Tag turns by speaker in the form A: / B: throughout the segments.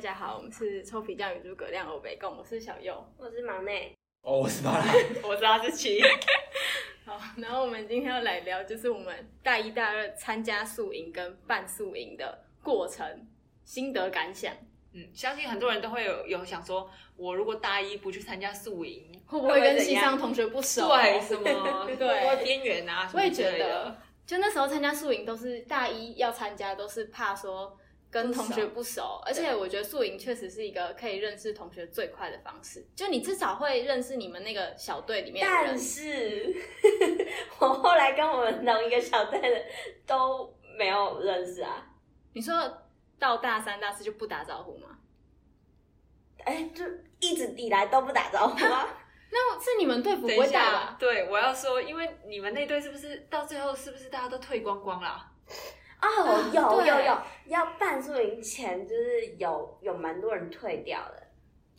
A: 家好，我们是臭皮匠与诸葛亮欧北共，我是小右，
B: 我是忙内，
C: 哦，我是巴拉，
B: 我知道是七。
A: 好，然后我们今天要来聊，就是我们大一大二参加宿营跟办宿营的过程、心得感想，
D: 嗯，相信很多人都会有有想说，我如果大一不去参加宿营，
A: 会不会跟系上同学不熟？
D: 对哦什 么
A: 对
D: 会边缘啊，什
A: 我
D: 么
A: 也
D: 之
A: 觉
D: 类
A: 得
D: 的。，
A: 就那时候参加宿营都是大一要参加，都是怕说跟同学不熟，而且我觉得宿营确实是一个可以认识同学最快的方式，就你至少会认识你们那个小队里面的
B: 但
A: 人。
B: 是， 我后来跟我们同一个小队的都没有认识啊。
A: 你说到大三、大四就不打招呼吗？
B: 哎，就一直以来都不打招呼 啊。
A: 那是你们队服不
D: 等一
A: 会打
D: 下
A: 吧？，
D: 对我要说，因为你们那队是不是到最后是不是大家都退光光啦？
B: 哦，有
A: 啊对
B: 有有，要办宿营前就是有有蛮多人退掉的，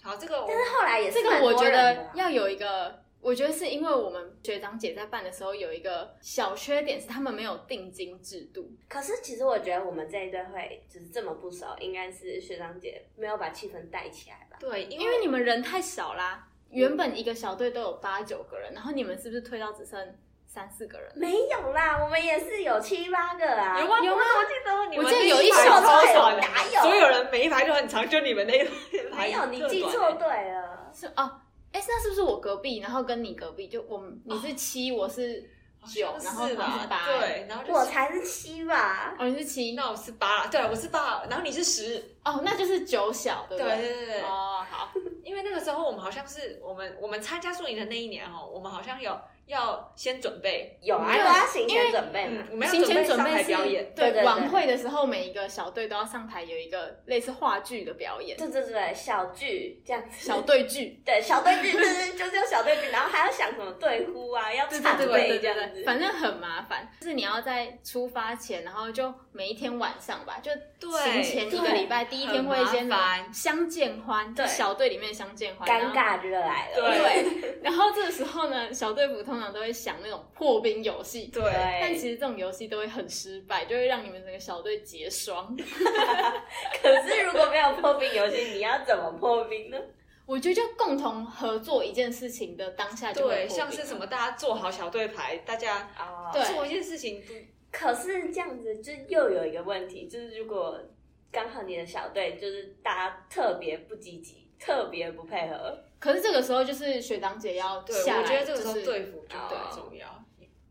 D: 好，这个我
B: 但是后来也是
A: 这个
B: 蛮
A: 我
B: 多
A: 觉
B: 人的啊
A: 得要有一个，我觉得是因为我们学长姐在办的时候有一个小缺点是他们没有定金制度，
B: 可是其实我觉得我们这一队会就是这么不熟，应该是学长姐没有把气氛带起来吧？
D: 对，因
A: 因为你们人太少啦。原本一个小队都有八九个人，然后你们是不是推到只剩三四个人？
B: 没有啦，我们也是有七八个啊。
D: 有吗？
A: 有吗
D: 我记得你们
A: 我记得
D: 那
A: 有一
D: 排
A: 首
D: 超
B: 歌
D: 短的
B: 哪有
D: 所有人每一排都很长，就你们那一排
B: 没有，你
D: 特
B: 记
D: 短
B: 错
D: 欸
B: 队了。
A: 是哦，哎，那是不是我隔壁，然后跟你隔壁，就我们你是七，我是九，
D: 好
A: 然后
D: 像啊哦是
A: 他们
D: 吧
A: 是？八，，
D: 对，然后就
B: 我
D: 是
B: 才是七吧？
A: 哦你是七，
D: 那我是八，对，我是八，然后你是十，
A: 哦那就是九小，对
D: 对
A: 不
D: 对对对。
A: 哦，好，
D: 因为那个时候我们好像是我们我们参加宿营的那一年哦，我们好像有要先准备，
B: 有啊，
A: 没
B: 都
A: 有
B: 要行
A: 因为
B: 前准备嘛
D: 嗯。，我们要
A: 啊行前
D: 上
A: 准备
D: 台
A: 是
D: 表演，
B: 对对对
A: 晚会的时候，每一个小队都要上台有一个类似话剧的表 演，
B: 对对对，小剧这样子。
A: 小队剧。
B: 对小对剧，就是就是用小对剧，然后还要想什么对呼啊，要唱
D: 对对对
B: 这样子。
A: 反正很麻烦，就是你要在出发前，然后就每一天晚上吧，就行前一个礼拜，第一天会先
D: 很麻烦
A: 相见欢，
B: 对
A: 小队里面相见欢，
B: 尴。尬就来了。
D: 对
A: 对， 然后这个时候呢，小队服通常都会想那种破冰游戏，
D: 对
A: 但
B: 对
A: 其实这种游戏都会很失败，就会让你们整个小队结霜。
B: 可是如果没有破冰游戏，你要怎么破冰呢？
A: 我觉得就共同合作一件事情的当下就会
D: 对，
A: 破冰
D: 像是什么大家做好小队牌，大家
B: 哦
A: 对
D: 做一件事情不
B: 可是这样子就又有一个问题，就是如果刚好你的小队就是大家特别不积极，特别不配合，
A: 可是这个时候就是学长姐要
D: 对，
A: 下来，
D: 我觉得这个时候
A: 就是哦
D: 对付就很重要。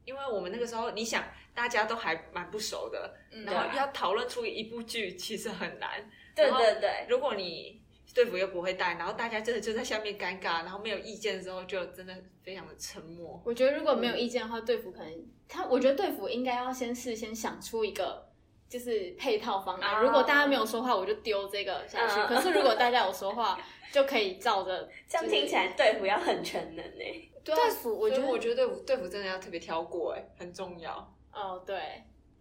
D: 因为我们那个时候，你想大家都还蛮不熟的，
A: 嗯
D: 然后要讨论出一部剧其实很难。
B: 对
D: 然后
B: 对对，
D: 如果你队服又不会带，然后大家真的就在下面尴尬，然后没有意见的时候，就真的非常的沉默。
A: 我觉得如果
D: 嗯
A: 没有意见的话，队服可能他，我觉得队服应该要先事先想出一个就是配套方案。
B: 啊
A: 如果大家没有说话，我就丢这个下去。
B: 嗯
A: 可是如果大家有说 话，就可以照着
B: 这样听起来队服要很全能呢、欸
D: 对
A: 队服。我
D: 我
A: 觉
D: 觉
A: 得
D: 得，我觉得队服队服真的要特别挑过、哎，很重要。
A: 哦，对，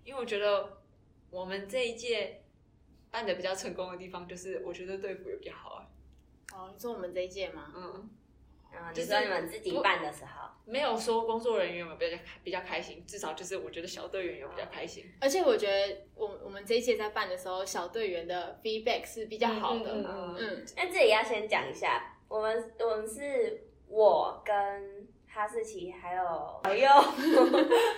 D: 因为我觉得我们这一届办的比较成功的地方，就是我觉得队服也比较好、哎，
A: 哦，你说我们这一届吗？
D: 嗯，
B: 然后
D: 就
B: 你
D: 是
B: 说你们自己办的时候，
D: 没有说工作人员有比较比较开心，至少就是我觉得小队员有比较开心。
A: 而且我觉得我我们这一届在办的时候，小队员的 feedback 是比较好的。
D: 嗯
B: 嗯
A: 嗯
B: 那这里要先讲一下，我们我们是我跟哈士奇还有小右，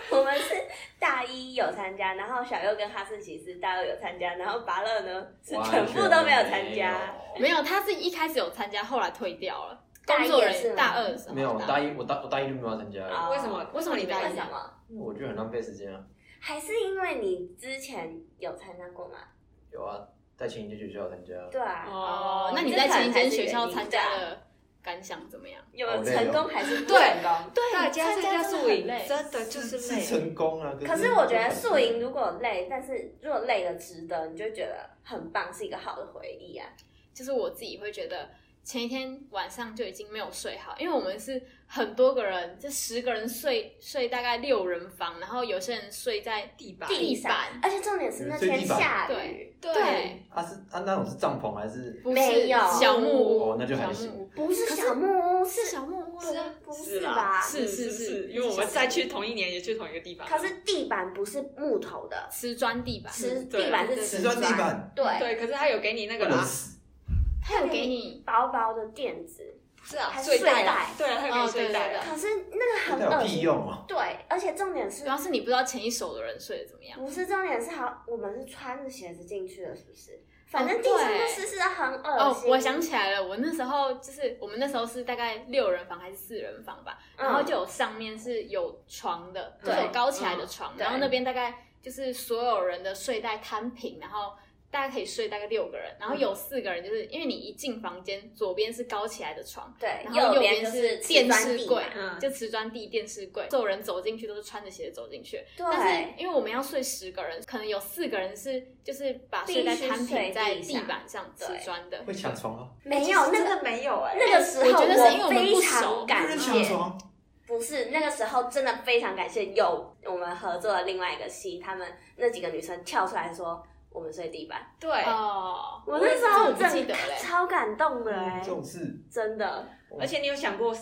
B: 我们是大一有参加，然后小右跟哈士奇是大二有参加，然后拔乐呢是全部都没有参加。
C: 完全
A: 没有，他是一开始有参加，后来退掉了。
B: 大
A: 工
B: 一
A: 作
B: 也
A: 人
B: 是吗
A: 员大二的时候，
C: 没有。没有，我
A: 大
C: 大一我大我大一就没有参加了，
B: 哦
D: 为什么？为什么你
A: 为什么你
D: 大
B: 为
D: 一
B: 什？么？
C: 因为我觉得很浪费时间啊。
B: 还是因为你之前有参加过吗？
C: 有啊，在前一届学校参加，
B: 对啊，
A: 哦，那你
B: 这
A: 在
B: 可能
A: 前一
B: 还
A: 间
B: 是
A: 学校
B: 原因
A: 参
B: 吧
A: 加的感想怎么样？
B: 有
C: 好累哦
B: 成功还是不成 功？
A: 对
D: 大家参加宿营
A: 累，
D: 真的就是
C: 是
D: 累，
C: 成功啊。
B: 可是我觉得宿营如果累，但是如果累了值得，你就觉得很棒，是一个好的回忆啊。
A: 就是我自己会觉得前一天晚上就已经没有睡好，因为我们是很多个人，这十个人睡睡大概六人房，然后有些人睡在
D: 地板
A: 地板
B: 而且重点是那天下雨，
A: 对，
C: 他是他那种是帐篷还是？
A: 不
B: 没
A: 是
B: 有
A: 小木屋，
C: 哦那就还
A: 小木屋
B: 不是小木屋，
A: 是
B: 是
A: 小木屋
D: 是啊，
B: 不
D: 是
B: 是
D: 啦
B: 吧？
A: 是啊
D: 是
A: 是
D: 是，
A: 是
D: 因为我们再去同一年也去同一个地方，
B: 可是地板不是木头的，
A: 瓷砖地板，
B: 瓷
D: 对
B: 地板是
D: 对
B: 瓷
C: 瓷砖地板
B: 对，
D: 对，可是他有给你那个
C: 冷
D: 啦，
C: 死，
A: 他有给你
B: 薄薄的垫子，
D: 是啊，
B: 还是
D: 睡袋啊
B: 睡
D: 对啊，它可
A: 哦
D: 以
A: 对
D: 睡袋
A: 对
D: 啊
A: 对
B: 可是那个
C: 那
B: 很恶
C: 有屁
B: 心。
C: 用哦！
B: 对，而且重点
A: 主
B: 是
A: 要是你不知道前一手的人睡得怎么样。
B: 不是重点是好，我们是穿着鞋子进去的，是不是？反
A: 哦
B: 正地上
A: 对
B: 都湿湿的，很恶
A: 哦
B: 心。，
A: 我想起来了，我那时候就是我们那时候是大概六人房还是四人房吧，
B: 嗯
A: 然后就有上面是有床的，就
B: 对
A: 是有高起来的床，
B: 嗯
A: 然后
B: 对
A: 那边大概就是所有人的睡袋摊平，然后。大家可以睡大概六个人，然后有四个人，就是因为你一进房间，左边是高起来的床，
B: 对
A: 然，后
B: 右
A: 边
B: 就是瓷
A: 电
B: 砖
A: 视
B: 地
A: 柜
B: 嘛，
D: 嗯
A: 就瓷砖地、电视柜，所有人走进去都是穿着鞋子走进去，但
B: 对
A: 是因为我们要睡十个人，可能有四个人是就是把睡袋
B: 必须
A: 摊
B: 睡
A: 平在
B: 地
A: 地
B: 上
A: 板上瓷
B: 对
A: 砖的，
C: 会抢床哦，
A: 哎
B: 没有那
D: 真
B: 个
D: 的没有哎，
B: 那个时候，
A: 我觉得是因为我们不
B: 非
A: 熟
B: 常
C: 会
B: 感
C: 抢
B: 谢，
C: 床，啊
B: 不是那个时候真的非常感谢有我们合作的另外一个戏，他们那几个女生跳出来说我们睡地板，
D: 对，
A: 哦，
B: 我那时候
A: 我不记
B: 真
A: 得嗯
B: 的
A: 嘞。
B: 超感动的哎、
C: 这种事
B: 真的
D: 而且你有想过，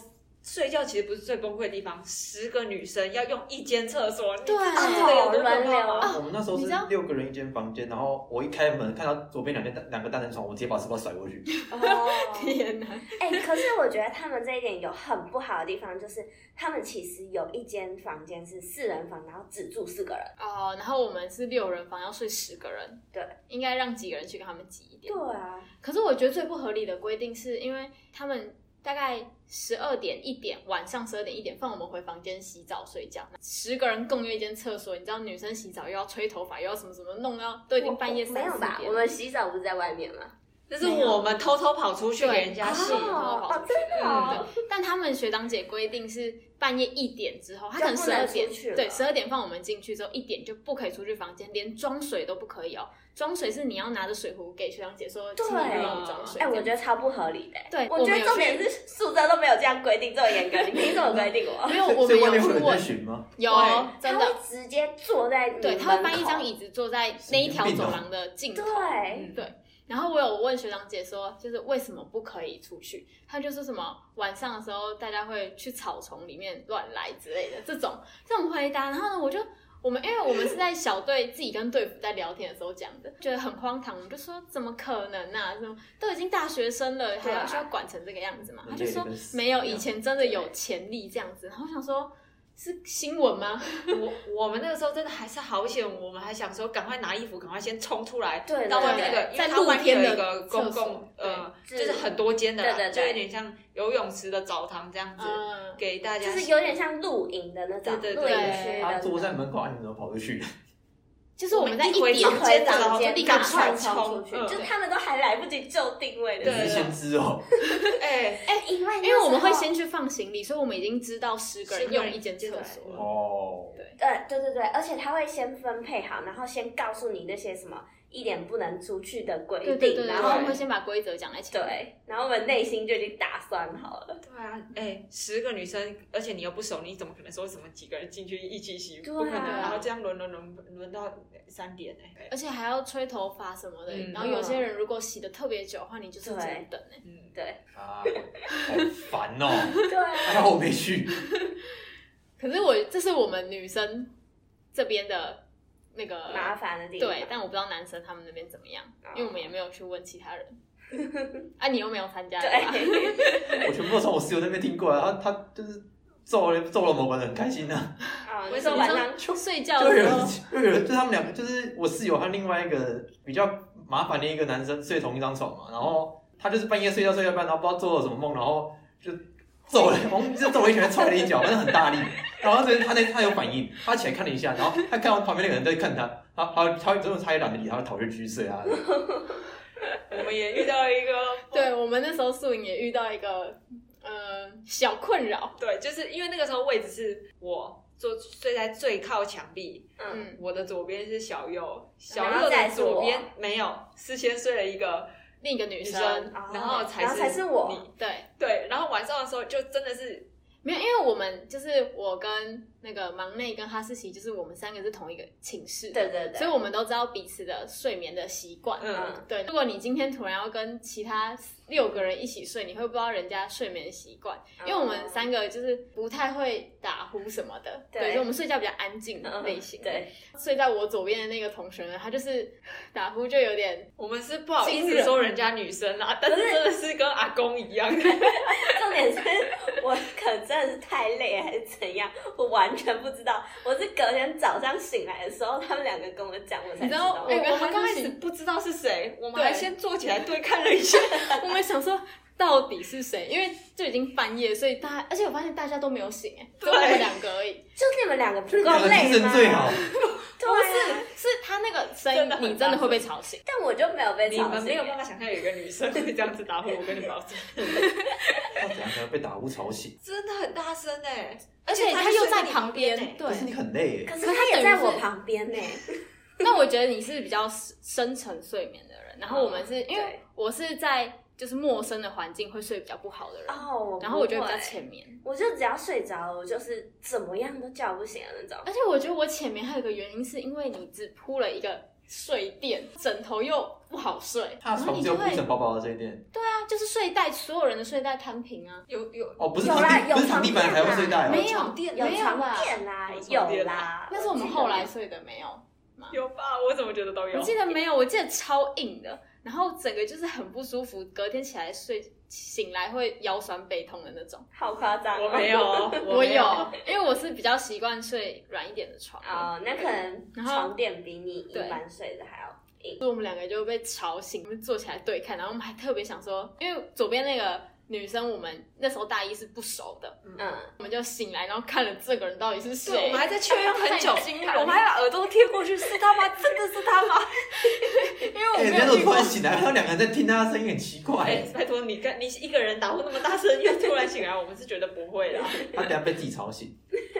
D: 睡觉其实不是最崩溃的地方，十个女生要用一间厕所，你
A: 对
D: 知道有多
B: 轮
D: 可怕
B: 流
D: 吗？
A: 啊
C: 我们那时候
A: 你
C: 是
A: 知道
C: 六个人一间房间，然后我一开门看到左边两个单两个单人床，我直接把书包甩过去。
B: 哦，
A: 天哪！
B: 哎、可是我觉得他们这一点有很不好的地方，就是他们其实有一间房间是四人房，然后只住四个人。
A: 哦，然后我们是六人房，要睡十个人，
B: 对，
A: 应该让几个人去跟他们挤一点。
B: 啊，
A: 可是我觉得最不合理的规定是因为他们大概十二点一点晚上十二点一点放我们回房间洗澡睡觉，十个人共用一间厕所，你知道女生洗澡又要吹头发又要什么什么弄到都已经半夜
B: 我没
A: 三
B: 有
A: 四
B: 吧？
A: 点
B: 我
A: 了。
B: 们洗澡不是在外面吗？
D: 这是我们偷偷跑出去给人家洗，
A: 对
D: 偷偷跑出去。
B: 真
A: 嗯
B: 的哦
A: 但他们学长姐规定是半夜一点之后，他可能
B: 就
A: 十
B: 不能
A: 二点
B: 出去了
A: 对十二点放我们进去之后，一点就不可以出去房间，连装水都不可以哦。装水是你要拿着水壶给学长姐说，
B: 对
A: 请你帮我装水。
B: 哎、我
A: 这
B: 觉
A: 样
B: 得超不合理的、欸
A: 对
B: 我觉
A: 我们
B: 得
A: 有
B: 重点是宿舍都没有这样规定这么严格，你凭什么规定哦我？
A: 没有，我
C: 所
A: 们
C: 以外
A: 有
C: 面会
A: 去
C: 有人在
A: 问，
C: 巡吗？
A: 有
D: 对
A: 真
B: 他
A: 的，
B: 会直接坐在你
A: 对，他会
B: 门
A: 搬一张
B: 口，
A: 椅子坐在那一条走廊的尽头。
B: 对，
D: 嗯
A: 对然后我有问学长姐说，就是为什么不可以出去？她就说什么晚上的时候大家会去草丛里面乱来之类的这种这种回答。然后呢，我就我们因为我们是在小队自己跟队服在聊天的时候讲的，觉得很荒唐，我们就说怎么可能啊？什么都已经大学生了，还
B: 对
A: 要
B: 啊
A: 需要管成这个样子吗？他
C: 人
A: 就
C: 家
A: 说
C: 也跟死
A: 没有，
C: 一样
A: 以前真的有潜力这样子。然后我想说，是新闻吗？
D: 我我们那个时候真的还是好险，我们还想说赶快拿衣服，赶快先冲出来
B: 对
D: 到外面那
A: 对
D: 个，因
A: 在
D: 为它
A: 露
D: 外面
A: 天
D: 有
A: 的
D: 一个公
A: 厕所
D: 共呃，
B: 对
D: 就是很多间的啦，
B: 对对对
D: 就有点像游泳池的澡堂这样子，
A: 嗯，
D: 给大家
B: 就是有点像露营的那种
D: 对对
B: 露营
A: 对
B: 区
C: 他
B: 的，
C: 坐在门口，啊，你怎么跑出去？
A: 就是我们在
D: 我们一
A: 一
D: 回
A: 点
D: 家
B: 回
D: 间
A: 就
B: 房间
D: 的时候
A: 立刻
B: 赶快
D: 窜
B: 冲
D: 冲
B: 出去，
D: 嗯
B: 就他们都还来不及就定位
C: 你
B: 的
D: 对
B: 时
C: 是
B: 候。
C: 先知哦，
D: 哎，
B: 哎，因为因
A: 因为我们会先去放行李，所以我们已经知道十个人
D: 10个
A: 用
D: 人
A: 一间厕所
D: 对
A: 了。
C: 哦，
B: 对对对对，而且他会先分配好，然后先告诉你那些什么一点不能出去的规
A: 对
B: 定，
A: 对对，
B: 然
A: 然后我
B: 后
A: 们会先把规则讲在前面。
B: 对，然后我们内心就已经打算好了。
D: 对啊，哎，十个女生，而且你又不熟，你怎么可能说什么几个人进去一起洗？
B: 对啊
D: 不可能。然后这样轮轮轮轮到三点哎，
A: 而且还要吹头发什么的，
D: 嗯
A: 然后有些人如果洗的特别久的话，你就是只能等、欸。
D: 嗯，
B: 对
C: 啊，好烦 哦，
B: 对啊，
C: 还好我没去。
A: 可是我这是我们女生这边的那个
B: 麻烦的地方。
A: 对，但我不知道男生他们那边怎么样，
B: 哦
A: 因为我们也没有去问其他人。啊，你又没有参加，对吧？
B: 对，
C: 我全部都从我室友那边听过来，他他就是揍了揍了某个人，很开心啊。
B: 啊，
D: 为
B: 你
D: 什
B: 说
D: 么
B: 晚
A: 你
B: 上
A: 说睡觉
C: 就有
A: 的时
C: 人
A: 候，
C: 就有人就他们两个，就是我室友和另外一个比较麻烦的一个男生睡同一张床嘛，然后他就是半夜睡觉睡到一半，然后不知道做了什么梦，然后就揍了， 我们就揍了一拳，踹了一脚，反正很大力。然后他他那他有反应，他起来看了一下，然后他看到旁边那个人在看他，他他他真的他也懒得理他，他讨厌继续睡啊。
D: 我们也遇到了 一个
A: 对我们那时候宿营也遇到一个呃小困扰，
D: 对，就是因为那个时候位置是我坐睡在最靠墙壁，
B: 嗯，
A: 嗯，
D: 我的左边是小右，
B: 然
D: 小
B: 后
D: 右
B: 再
D: 的
B: 是
D: 左
B: 我
D: 边没有，是先睡了一个
A: 另一个
D: 女
A: 女生
D: 生，
B: 哦
D: 然后才
B: 然后才是我
D: 你
A: 对，
D: 对，然后晚上的时候就真的是
A: 没有，因为我们就是我跟那个忙内跟哈士奇，就是我们三个是同一个寝室，
B: 对对对，
A: 所以我们都知道彼此的睡眠的习惯。
D: 嗯，
A: 对，如果你今天突然要跟其他六个人一起睡，你会不知道人家睡眠习惯，
B: 嗯
A: 因为我们三个就是不太会打呼什么的，
B: 对
A: 对，所以我们睡觉比较安静的类型。
B: 嗯，对，
A: 睡在我左边的那个同学呢，他就是打呼就有点
D: 我们是不好意
A: 惊
D: 思
A: 人
D: 说人家女生啦，但是真的是跟阿公一样，
B: 重点是我可真的是太累还是怎样，我完全不知道。我是隔天早上醒来的时候，他们两个跟我讲，我才
A: 你知道
B: 道。
A: 我
D: 哎
A: 跟
D: 我们刚开
A: 他
D: 始
A: 是
D: 不知道是谁，我们
A: 对
D: 还先坐起来对看了一下，
A: 我们想说到底是谁，因为就已经半夜，所以大家，而且我发现大家都没有醒、哎，只有我们两个而已。
B: 就你们两个不
C: 两
B: 够
C: 个精
B: 累
C: 神
B: 吗？
C: 最好，
B: 对啊，
A: 是他那个声
D: 真的
A: 音，
D: 很
A: 你真的会被吵醒。
B: 但我就没有被
D: 你
B: 吵
D: 们
B: 醒。
D: 没有办法想象有一个女生会这样子打呼，我跟你保证，
C: 要怎样才能被打呼吵醒？
D: 真的很大声哎，
A: 而且他又在旁边，
D: 对，
A: 对
C: 但。是你很累耶，
B: 可
A: 可
B: 是
A: 是
B: 他
A: 他
B: 也
A: 等于
B: 在我
A: 是
B: 旁边呢、
A: 那我觉得你是比较深层睡眠的人，然后我们是因为
B: 对
A: 我是在就是陌生的环境会睡比较不好的人，
B: 哦，
A: 然后我觉得比较
B: 不会
A: 浅眠。
B: 我就只要睡着了，我就是怎么样都叫不醒的那种。
A: 而且我觉得我浅眠还有一个原因，是因为你只铺了一个睡垫，枕头又不好睡，
C: 他
A: 然
C: 的
A: 后
C: 床
A: 你
C: 只
A: 就
C: 有
A: 会
C: 铺成薄薄的这一垫，
A: 啊，就是睡袋，所有人的睡袋摊平啊，
D: 有有
C: 哦，不是
B: 有
C: 躺
B: 啦
C: 地，
B: 有
C: 不是躺地板
B: 床垫
C: 才
B: 啊
C: 会睡袋
A: 没
C: 哦。
A: 有
D: 床垫
A: 没有
B: 床
A: 吧？
B: 垫啦、
D: 有床
B: 有
D: 垫
B: 啦
D: 啊，
A: 那是我们后来睡的，没有。
D: 有吧？我怎么觉得都有
A: 我？记得没有，我记得超硬的，然后整个就是很不舒服，隔天起来睡醒来会腰酸背痛的那种。
B: 好夸张、哦。
D: 我没有，
A: 我
D: 没有，
A: 因为我是比较习惯睡软一点的床，
B: 哦，那可能
A: 然后
B: 床垫比你一般睡的还要硬。
A: 所以我们两个就被吵醒，我们坐起来对看，然后我们还特别想说，因为左边那个女生我们那时候大一是不熟的，
B: 嗯，
A: 我们就醒来，然后看了这个人到底是
D: 对，我
A: 谁哎
D: 们。还在确认很久，
A: 太惊人了
D: 哎我们还把耳朵贴过去，是他吗？真的是他吗？
A: 因为我
C: 哎，
A: 没
C: 那时候
A: 有遇
C: 突
A: 过
C: 然，醒来，然后两个人在听他的声音，很奇怪
D: 哎。，拜托你看，你一个人打呼那么大声，又突然醒来，我们是觉得不会啦。
C: 他等下被自己吵醒，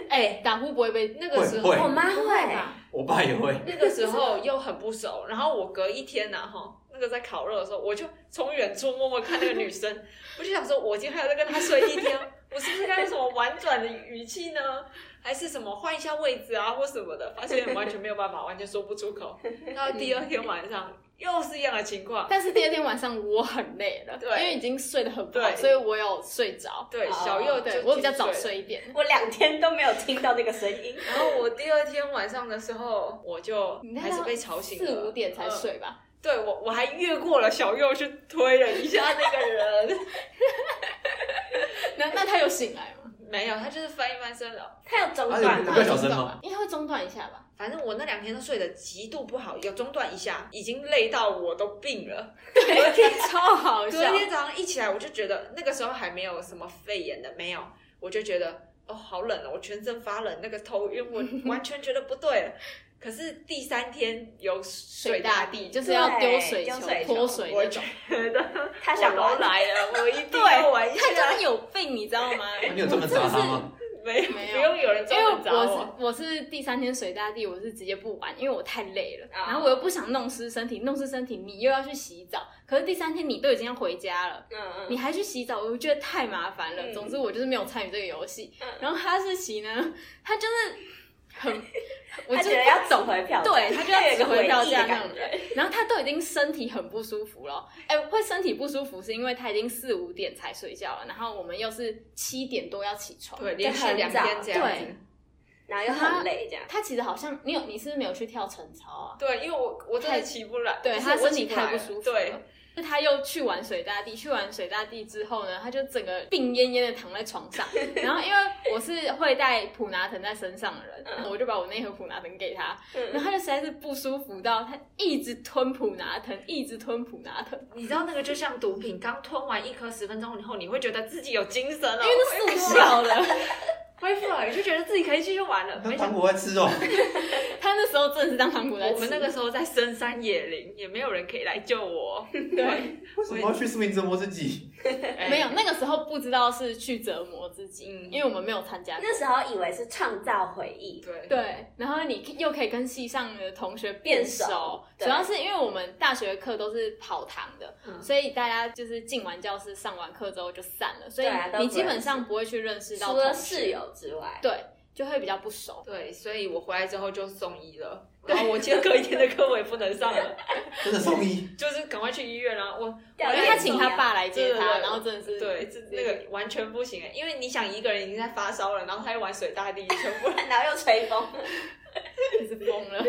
A: 哎，打呼不会被
D: 那
C: 会
D: 个时候
C: 会，
B: 我妈
A: 不
B: 会，
A: 吧？
C: 我爸也会。
D: 那个时候又很不熟，然后我隔一天呐、哈，那个在烤肉的时候，我就从远处默默看那个女生，我就想说，我今天还要再跟她睡一天，我是不是该用什么婉转的语气 呢？还是什么换一下位置啊，或什么的？发现完全没有办法，完全说不出口。到第二天晚上又是一样的情况，
A: 但是第二天晚上我很累了，
D: 对
A: 因为已经睡得很不好，
D: 对
A: 所以我有睡着。
D: 对，
B: 哦
D: 小右
A: 对
D: 就
A: 我比较早
D: 进了。
A: 睡一点，
B: 我两天都没有听到那个声音。
D: 然后我第二天晚上的时候，我就
A: 你
D: 还
A: 那
D: 是
A: 到
D: 被吵醒了，
A: 四五点才
D: 嗯
A: 睡吧？
D: 对我，我还越过了小右去推了一下那个人，
A: 那那他有醒来吗？
D: 没有，他就是翻一翻身了。
B: 它有中
C: 啊
B: 断
C: 你
B: 吗
C: 不？要小声吗？
A: 应该会中断一下吧？
D: 反正我那两天都睡得极度不好，有中断一下，已经累到我都病了。
A: 对，超好
D: 隔
A: 笑。
D: 天早上一起来，我就觉得那个时候还没有什么肺炎的，没有，我就觉得哦好冷哦，我全身发冷，那个头晕，我完全觉得不对了。 可是第三天有水
A: 水
D: 大
A: 大
D: 地
A: 地，就是要丢水
B: 对丢水球
A: 泼水
D: 我
A: 那种。
D: 觉 得
B: 他想
D: 我
B: 玩
D: 都，来了，我一定
A: 对
D: 要玩一
A: 他真
D: 下。
A: 的有病，你知道吗？
C: 你有这么砸他吗？
D: 没有，
A: 没
D: 不
A: 有
D: 用有人
A: 因
D: 专
A: 为
D: 门找
A: 我是我是第三天水大地，我是直接不玩，因为我太累了，
B: 啊
A: 然后我又不想弄湿身体，弄湿身体你又要去洗澡，可是第三天你都已经要回家了。
B: 嗯
A: 你
B: 嗯，
A: 还去洗澡，我觉得太麻烦了。
B: 嗯
A: 总之，我就是没有参与这个游戏。
B: 嗯
A: 然后哈士奇呢，他就是 很，我
B: 他
A: 就
B: 觉
A: 是
B: 得要走回票价，
A: 对他就要
B: 有一个
A: 指挥票
B: 回忆的
A: 价那
B: 感
A: 种
B: 觉。
A: 然后他都已经身体很不舒服了，哎、会身体不舒服是因为他已经四五点才睡觉了，然后我们又是七点多要起床。
D: 对，连续
B: 很
D: 两
B: 早
D: 天这样子
A: 对。
B: 然后又很累这样。
A: 他其实好像你有你是不是没有去跳晨操啊？
D: 对，因为我我真的
A: 太
D: 起不来，
A: 对
D: 就是
A: 他
D: 我
A: 身
D: 起
A: 体太
D: 来
A: 不
D: 了
A: 舒服了，
D: 对，
A: 那他又去玩水大地，去玩水大地之后呢，他就整个病恹恹的躺在床上。然后因为我是会带普拿疼在身上的人，
B: 嗯
A: 我就把我那盒普拿疼给他，然
B: 嗯，
A: 后他就实在是不舒服到他一直吞普拿疼，一直吞普拿疼，
D: 你知道那个就像毒品，刚吞完一颗十分钟以后，你会觉得自己有精神了，
A: 因为
D: 恢
A: 那
D: 复
A: 速
D: 了
A: 效了。
D: 恢复了，你就觉得自己可以继续玩了。
C: 那
D: 没想
C: 糖
D: 到
C: 果在吃哦，
A: 他那时候真的是当糖果在吃。
D: 我们那个时候在深山野林，也没有人可以来救我。
A: 对，
C: 为什么要去宿营折磨自己？
D: 哎
A: 没有，那个时候不知道是去折磨自己，
D: 嗯
A: 因为我们没有参加过。
B: 那时候以为是创造回忆，
D: 对，
A: 对，然后你又可以跟系上的同学
B: 变
A: 变
B: 熟
A: 熟，
B: 对
A: 主要是因为我们大学课都是跑堂的，
D: 嗯
A: 所以大家就是进完教室、上完课之后就散了，所以
B: 对啊都
A: 你
B: 不认
A: 基
B: 识
A: 本上不会去认识到
B: 除了
A: 同学
B: 室。友之外，
A: 对，就会比较不熟。
D: 对，所以我回来之后就送医了，然后我接隔一天的课我也不能上了，
C: 真的送 医，
D: 就是赶快去医院啊！我
B: 对啊
A: 因为他请他爸来接
D: 对对
A: 他，
D: 对
A: 然后真的是
D: 对，这那个完全不行哎、因为你想一个人已经在发烧了，然后他又玩水大地，全部
B: 然后又吹风，
A: 真是疯 了。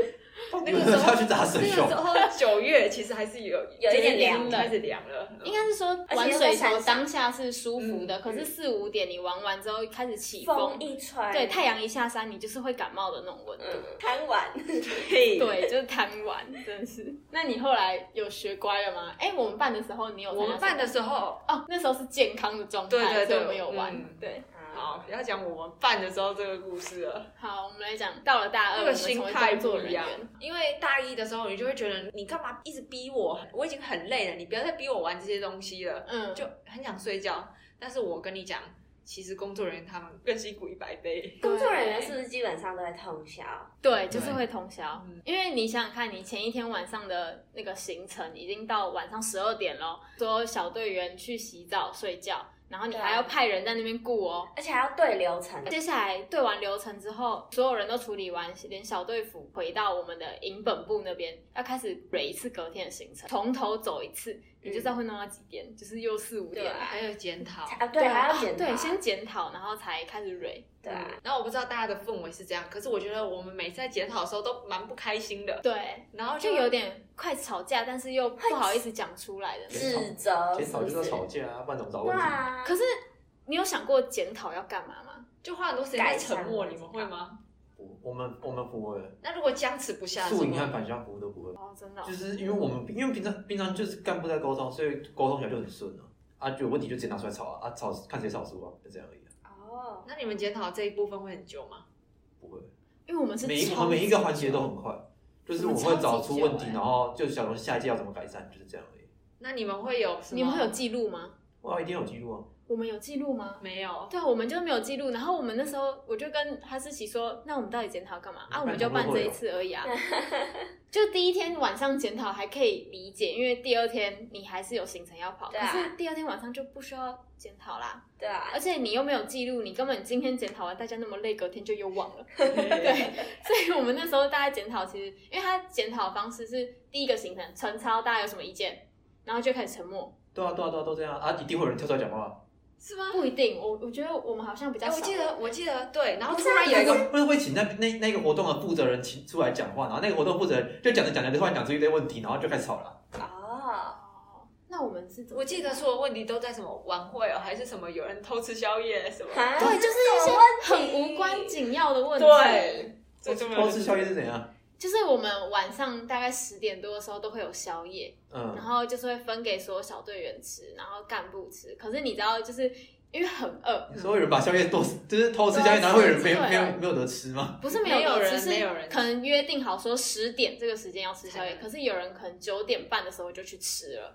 D: 那个时候
C: 他去打
D: 那
C: 水
D: 个
C: 熊
D: 时，候九月其实还是有
B: 有一点
A: 凉
D: 开始凉了。
A: 应该是说玩
B: 而且又
A: 水
B: 在山
A: 球
B: 上
A: 当下是舒服的，
D: 嗯
A: 可是四五点你玩完之后开始起
B: 风
A: 风，
B: 一吹，
A: 对，太阳一下山，你就是会感冒的那种温度。
B: 嗯，贪玩，
D: 对
A: 对，就是贪玩，真的是。那你后来有学乖了吗？哎、我们办的时候你有参加
D: 我们办的
A: 什
D: 时候，
A: 么哦，那时候是健康的状态，
D: 对对对
A: 所以我们有玩。
D: 嗯
A: 对，
D: 好，不要讲我们办的时候这个故事了。
A: 好，我们来讲到了大二，
D: 那
A: 我
D: 个
A: 们
D: 心
A: 成为
D: 态
A: 工
D: 不
A: 作人
D: 一样
A: 员。，
D: 因为大一的时候，你就会觉得你干嘛一直逼我？我已经很累了，你不要再逼我玩这些东西了，
A: 嗯，
D: 就很想睡觉。但是我跟你讲，其实工作人员他们更辛苦一百倍。
B: 工作人员是不是基本上都会通宵？
A: 对，就是会通宵
D: 嗯，
A: 因为你想想看，你前一天晚上的那个行程已经到晚上十二点了，所有小队员去洗澡睡觉，然后你
B: 对
A: 还要派人在那边顾哦。
B: 而且还要对流程，
A: 接下来对完流程之后，所有人都处理完，连小队服回到我们的营本部那边，要开始蕊一次隔天的行程，从头走一
C: 嗯
A: 次，你就知道会弄到几点，就是又四五点
B: 对。
D: 还有检讨。
B: 啊，对，还要检
A: 啊
B: 查
A: 对，先检讨，然后才开始蕊。
B: 对啊，
D: 然后我不知道大家的氛围是这样，可是我觉得我们每次在检讨的时候都蛮不开心的，
A: 对，
D: 然
C: 啊
D: 后
A: 就有点快吵架，但是又不好意思讲出来的那种。
B: 指责，
C: 嗯检讨就是是要
B: 不是
C: 吵架啊，不然怎么找
B: 对
C: 问题？
B: 啊，
A: 可是你有想过检讨要干嘛吗？
D: 就花很多时间在沉默，你们会吗？
C: 我我们我们不会，
D: 那如果僵持不下，
C: 素
D: 是
C: 影
D: 吗
C: 和反向服务都不会，
A: 哦，真的哦、
C: 就是因为我们因为平常平常就是干部在沟通，所以沟通起来就很顺啊。啊，有问题就直接拿出来吵啊，啊吵看谁吵输啊，就这样而已啊，
B: 哦，
D: 那你们检讨这一部分会很久吗？
C: 不会。
A: 因为我们是
C: 每一
A: 超
C: 我们每一个环节都很快，就是我会找出问
A: 我们超级久，
C: 题
A: 欸
C: 然后就想说下一届要怎么改善，就是这样而已。
D: 那你们会有什么？
A: 你们会有记录吗？
C: 哇，一定有记录啊！
A: 我们有记录吗？
D: 没有？
A: 对，我们就没有记录。然后我们那时候我就跟哈士奇说，那我们到底检讨干嘛啊？我们就办这
D: 哦
A: 一次而已 啊。就第一天晚上检讨还可以理解，因为第二天你还是有行程要跑，
B: 对啊
A: 可是第二天晚上就不需要检讨啦。
B: 对啊，
A: 而且你又没有记录，你根本今天检讨完，大家那么累，隔天就又忘 了。对，所以我们那时候大家检讨，其实因为他检讨的方式是第一个行程晨操，大家有什么意见，然后就开始沉默。
C: 对啊，对啊，对啊，都这样啊，一定会有人跳出来讲话，啊
D: 是吗？
A: 不一定，我我觉得我们好像比较
D: 哎，
A: 少。
D: 我记得，我记得，对，然后
B: 不
D: 突
B: 是啊
D: 然有一
C: 会
D: 个，
C: 会会请那那那个活动的负责人请出来讲话，然后那个活动负责人就讲着讲着就突然讲出一堆问题，然后就开始吵了。
A: 呃
B: 哦，
A: 哦，那我们是怎么？
D: 我记得所有问题都在什么晚会哦，还是什么有人偷吃宵夜什么？
B: 啊
A: 对，就是一些很无关紧要的问题。
D: 对，这就没有
C: 偷吃宵夜是怎样？
A: 就是我们晚上大概十点多的时候都会有宵夜，
C: 嗯
A: 然，后就是会分给所有小队员吃，然后干部吃。可是你知道，就是因为很饿，
C: 所有人把宵夜都就是偷吃宵夜，然后会有人没有
A: 对
C: 没有没有得吃吗？
A: 不是没
D: 没有
A: 人，
D: 人
A: 只是
D: 没有人
A: 可能约定好说十点这个时间要吃宵夜，
D: 才能
A: 可是有人可能九点半的时候就去吃了。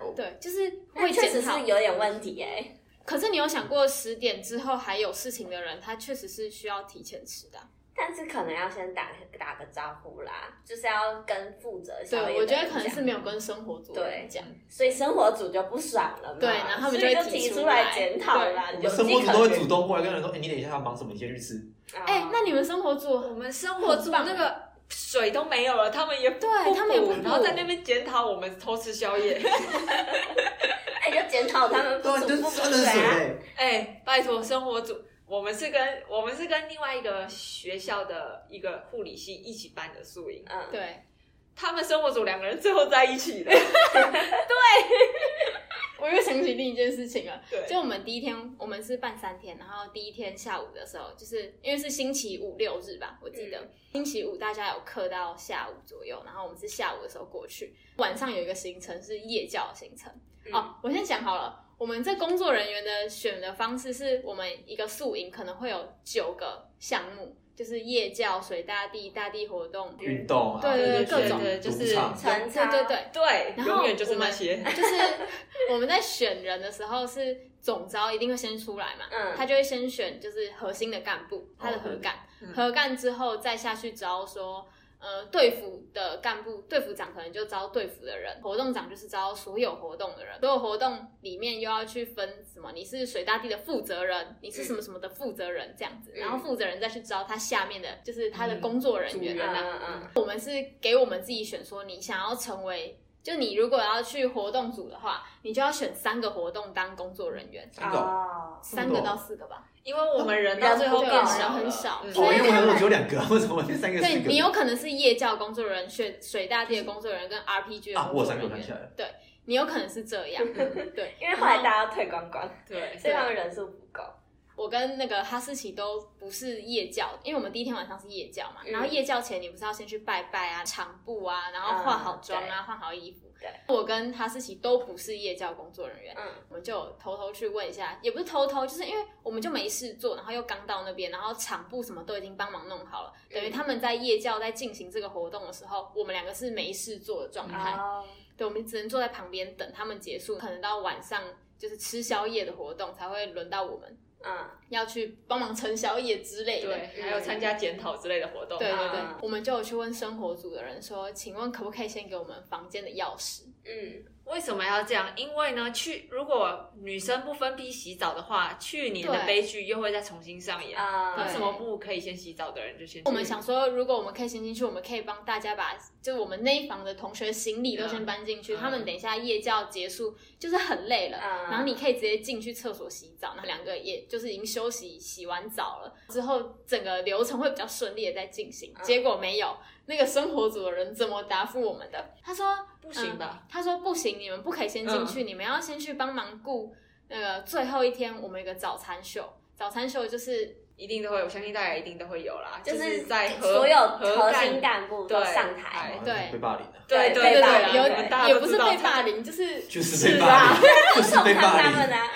B: 哦，
A: 对，就是
B: 那
A: 会
B: 确实
A: 检讨
B: 是。有点问题哎。
A: 可是你有想过十点之后还有事情的人，他确实是需要提前吃的啊、
B: 但是可能要先打打个招呼啦，就是要跟负责宵
A: 对，
B: 夜的
A: 我
B: 人
A: 觉
B: 讲
A: 得可能是没有跟生活组的人讲。
B: 所以生活组就不爽了嘛，
A: 对然后他们
B: 所以
A: 就
B: 就
A: 会
B: 提
A: 提
B: 出
A: 出
B: 来
A: 来
B: 检讨啦，
C: 我
B: 啊有
C: 们
B: 迹
C: 生
B: 可
C: 活组都会主
B: 循。
C: 动过来跟人说：“哎，你等一下要忙什么，你先去吃。
A: 哎、那你
B: 们
A: 们生活组
D: 我们生活组那个水都没有了，他们也不
A: 对他们也不补
D: 然后在那边检讨我们偷吃宵夜。
B: 哎，就检讨他”们
C: 对
B: 不
C: 啊，你
B: 足
C: 就
B: 不足
C: 酸冷水
B: 啊，
C: 嘞。
D: 哎、拜托，生活组，我们是跟我们是跟另外一个学校的一个护理系一起办的宿营，
B: 嗯，
A: 对，
D: 他们生活组两个人最后在一起的，
A: 我又想起另一件事情了。
D: 对，
A: 就我们第一天，我们是办三天，然后第一天下午的时候，就是因为是星期五六日吧，我记得、星期五大家有课到下午左右，然后我们是下午的时候过去，晚上有一个行程是夜教行程。
B: 嗯
A: 哦，我先讲好了，我们这工作人员的选的方式是我们一个宿营可能会有九个项目，就是夜教、水大地、大地活动，
C: 运动啊，
A: 对对对
C: 一些
A: 各种
D: 对就是
C: 赌场
B: 晨操，
A: 对对对。
D: 对，
A: 然后
D: 永远就是那些。
A: 就是我们在选人的时候是总招一定会先出来嘛，
B: 嗯
A: 他就会先选就是核心的干部，他的核干，
D: 嗯
A: 核干之后再下去招说呃，队服的干部，队服长可能就招队服的人，活动长就是招所有活动的人，所有活动里面又要去分什么，你是水大地的负责人，你是什么什么的负责人这样子，
B: 嗯
A: 然后负责人再去招他下面的，就是他的工作人员
B: 嗯
A: 啊。
B: 嗯嗯，
A: 我们是给我们自己选，说你想要成为，就你如果要去活动组的话，你就要选三个活动当工作人员，
C: 三个，
B: 哦
A: 三个到四个吧，
D: 因为我们人到最后
A: 人
D: 变
A: 不够
D: 少了，
A: 人很少
D: 嗯
A: 所以
C: 哦，因为我想说只有两个， 为什么这三个
A: 对
C: 四个？啊
A: 你有可能是夜教工作人员、水水大地的工作人员跟 RPG 的
C: 啊，我
A: 工作
C: 有三个
A: 人
C: 看
A: 员，
C: 起来了，
A: 你有可能是这 样。对，
B: 因为后来大家退光光，
D: 对，
B: 所以他们人数不够。
A: 我跟那个哈士奇都不是夜教，因为我们第一天晚上是夜教嘛，
B: 嗯
A: 然后夜教前你不是要先去拜拜
C: 嗯
A: 啊、场布啊，然后化好妆啊、换好衣服。
B: 对，
A: 我跟哈士奇都不是夜教工作人员，
B: 嗯，
A: 我们就有偷偷去问一下，也不是偷偷，就是因为我们就没事做，然后又刚到那边，然后场部什么都已经帮忙弄好了，等
D: 嗯
A: 于他们在夜教在进行这个活动的时候，我们两个是没事做的状态，
B: 哦，
A: 对，我们只能坐在旁边等他们结束，可能到晚上就是吃宵夜的活动才会轮到我们
B: 嗯，
A: 要去帮忙盛宵夜之类的。
D: 对，还有参加检讨之类的活动，
A: 对对对
B: 啊，
A: 我们就有去问生活组的人说，请问可不可以先给我们房间的钥匙？
B: 嗯，
D: 为什么要这样？因为呢，去如果女生不分批洗澡的话，去年的
A: 对
D: 悲剧又会再重新上演。
B: 啊，
D: 为
A: 对
D: 什么不可以先洗澡的人就先？
A: 我们，想说，如果我们可以先进去，我们可以帮大家把就是我们那一房的同学行李都先搬进去。
D: 嗯
A: 他们等一下夜教结束，就是很累了，
B: 嗯
A: 然后你可以直接进去厕所洗澡，那两个也就是已经休息洗完澡了之后，整个流程会比较顺利的在进行。
B: 嗯
A: 结果没有，那个生活组的人怎么答复我们的？他说嗯
D: 不行嗯吧？
A: 他说不行，你们不可以先进去，你们要先去帮忙顾那个最后一天，我们有个早餐秀。早餐秀就是
D: 一定都会，我相信大家一定都会有啦，
B: 就
D: 就是在核
B: 所有
D: 核
B: 核心
D: 干
B: 干部都上台，
D: 对
C: 哦
A: 对
C: 被霸凌了，
D: 对
B: 对
D: 对
B: 被霸凌
A: 有
B: 对
D: 大家
A: 也
D: 都
A: 不
D: 知
A: 是
D: 道
A: 被霸凌，就是
C: 就是
A: 是
C: 被霸
A: 啊
C: 凌，就是
B: 送
C: 被
B: 上
C: 霸
B: 他
C: 凌
B: 们。啊，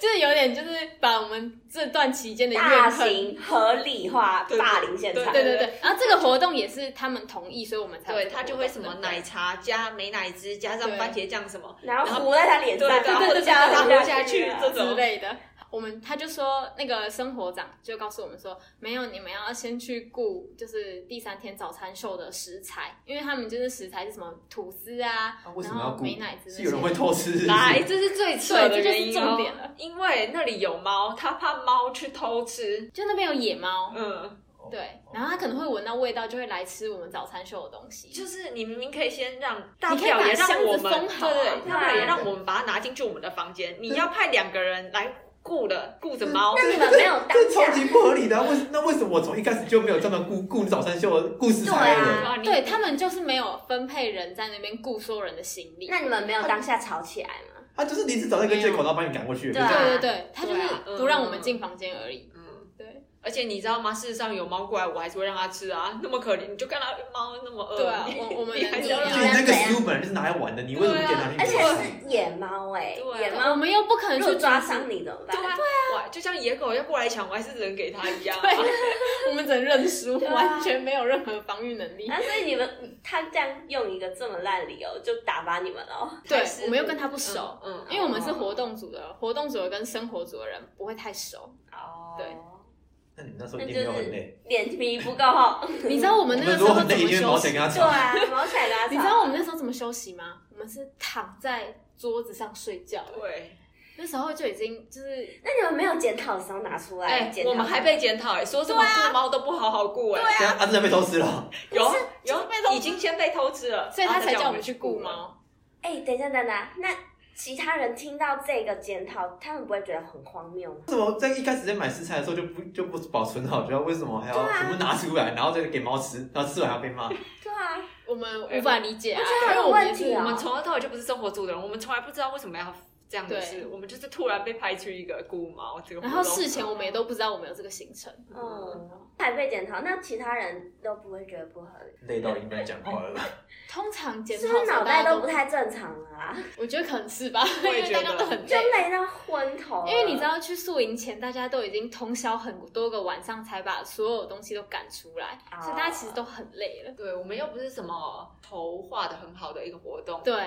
A: 就是有点就是把我们这段期间的
B: 大
A: 怨恨。
B: 型合理化
D: 对
B: 霸凌现场，
A: 对对对，然后这个活动也是他们同意，所以我们才有
D: 对
A: 这个
D: 他就
A: 活动
D: 会什么奶茶加美乃滋加上
A: 对
D: 番茄酱什么，
B: 然后糊在他脸上，
D: 对
B: 然后
D: 对对
B: 叫他
D: 对
B: 活
D: 对对
B: 啊
D: 对对
A: 之类的。我们他就说那个生活长就告诉我们说，没有你们要先去顾就是第三天早餐秀的食材，因为他们就是食材是什么吐司啊，
C: 啊为什
A: 然
C: 么要
A: 后
C: 顾
A: 美？乃滋那
C: 是
A: 些
C: 有人会偷吃？是不是
D: 来，这是最扯的
A: 对这就是
D: 原因
A: 重
D: 哦
A: 点了。
D: 因为那里有猫，他怕猫去偷吃。
A: 就那边有野猫，
D: 嗯，
A: 对，然后它可能会闻到味道，就会来吃我们早餐秀的东西。
D: 就是你明明可以先让大
A: 你
D: 不
A: 可以把
D: 了也让我
A: 箱
D: 们，
A: 子封好啊嗯
D: 对对，
B: 对
D: 大不了也让我们把它拿进去我们的房间。你要派两个人来顾了，顾着猫，
B: 那你们没有当
C: 这超
B: 下，
C: 级不合理的啊、为什那为什么我从一开始就没有专门顾顾早餐秀的故事才的
B: 对
C: 人？
B: 啊
D: 你
A: 对他们就是没有分配人在那边顾所有人的行李。
B: 那你们没有当下吵起来吗？
C: 他就是临时找到一个借口，然后把你赶过去。
B: 对啊
A: 对对对，他就是
D: 对啊嗯
A: 不让我们进房间而已。
D: 嗯，
A: 对
D: 而且你知道吗？事实上有猫过来，我还是会让它吃啊。那么可怜，你就看到猫那么饿，
A: 对啊
D: 你，
A: 我我们
D: 你还
A: 能
D: 是
A: 怎
D: 要让
C: 就
D: 它
C: 你
B: 对
C: 那个
A: 啊
C: 食物本来就是拿来玩的，你为什么点拿去？
B: 而且是野猫哎，
D: 对啊
B: 野
A: 样？我
B: 猫
A: 们又不可能
B: 如果
A: 去
B: 抓
A: 阻止
B: 伤，你怎么办
D: 对？啊，哇就像野狗要过来抢，我还是只能给它一样啊。
A: 我们只能认输，
B: 对啊
A: 完全没有任何防御能 力。
B: 啊，所以你们他这样用一个这么烂理由就打发你们了，哦
A: 对
D: 还，是
A: 我们又跟他不熟，
D: 嗯，嗯
A: 因为我们是活动组的，活动组的跟生活组的人不会太熟。
B: 哦对，
C: 那你那时候
B: 那
C: 一定
B: 就
C: 没有很累。
B: 是脸皮不够厚，
A: 你知道我
C: 我
A: 们那个
C: 们
A: 时
C: 如果
A: 候
C: 很
A: 怎
C: 累，一
A: 么
C: 定会毛
A: 休
C: 起来
A: 息？
C: 跟他
B: 对
C: 吵。
B: 啊，毛起来拉
A: 你知道我们那时候怎么休息吗？我们是躺在桌子上睡觉，
D: 对，
A: 那时候就已经就是
B: 那你们没有检讨的时候拿出来
D: 哎
B: 检，讨，
D: 我们还被检讨哎，说什么
A: 啊
D: 顾猫都不好好顾哎，
C: 现在阿啊珍被偷吃了，
D: 有
A: 就是被偷
D: 有
A: 吃
D: 已经先被偷吃了，
A: 所以他
D: 然后
A: 才叫
D: 再啊叫
A: 我们去顾
D: 嘛。
A: 猫。
B: 哎，等一下，等等，那其他人听到这个检讨，他们不会觉得很荒谬吗？
C: 为什么在一开始在买食材的时候就不就不保存好？觉得为什么还要
B: 对啊
C: 全部拿出来，然后再给猫吃，然后吃完还要被骂？
B: 对啊，
A: 我们无法理解啊，
B: 这
A: 因为
B: 很有
A: 我们
B: 问
A: 是
B: 题
D: 我
B: 啊
D: 们从头到尾就不是生活组的人，我们从来不知道为什么要这样的事，
A: 对
D: 我们就是突然被排除一个顾猫这个活
A: 然
D: 动。
A: 后事前我们也都不知道我们有这个行程，
B: 嗯，还被检讨，那其他人都不会觉得不合理，
C: 累到应该讲话了吧？
A: 通常检讨
B: 是不是脑
A: 大
B: 袋
A: 家
B: 都不太正常了啊？
A: 我觉得可能是吧，因
D: 我也
A: 为大家都很
B: 就
A: 累。
B: 累到昏头了，
A: 因为你知道，去宿营前，大家都已经通宵很多个晚上，才把所有东西都赶出来，
B: 哦
A: 所以大家其实都很累了。
D: 对，我们又不是什么筹划的很好的一个活动，
A: 对，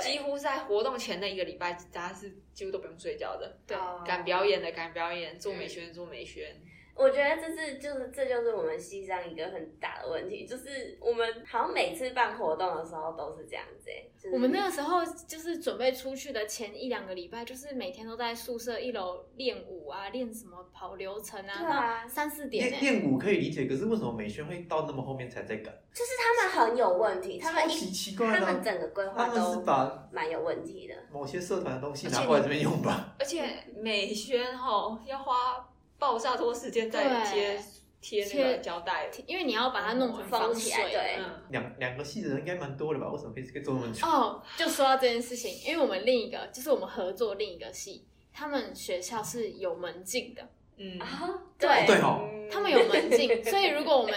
D: 几乎在活动前的一个礼拜，大家是几乎都不用睡觉的，
A: 对
B: 哦
A: 嗯
D: 赶表演的赶表演，做美宣的做美宣，
B: 我觉得这是就是这就是我们西藏一个很大的问题，就是我们好像每次办活动的时候都是这样子、欸。就是
A: 我们那个时候就是准备出去的前一两个礼拜，就是每天都在宿舍一楼练舞啊，练什么跑流程啊，
B: 对
A: 到
B: 啊，
A: 三四点、
C: 练
A: 欸。
C: 练舞可以理解，可是为什么美宣会到那么后面才在赶？
B: 就是他们很有问题，他
C: 超
B: 们一
C: 级奇怪
B: 他
C: 的
B: 们
C: 啊，
B: 整个规
C: 他
B: 划
C: 们是
B: 都
C: 把
B: 蛮有问题的。
C: 某些社团的东西
D: 而且
C: 拿
D: 你
C: 过来这边用吧？
D: 而且美宣哈要花爆炸多时间在
A: 对
D: 贴贴那个胶带，
A: 因为你要把它弄成防
B: 封起来
A: 水，
B: 对
D: 嗯，
C: 两两个系的人应该蛮多的吧？为什么可以可以做那么久？
A: 哦，就说到这件事情，因为我们另一个就是我们合作另一个系，他们学校是有门禁的，
D: 嗯，
B: 啊，
A: 对
C: 对哦，
A: 他们有门 禁，所以如果我们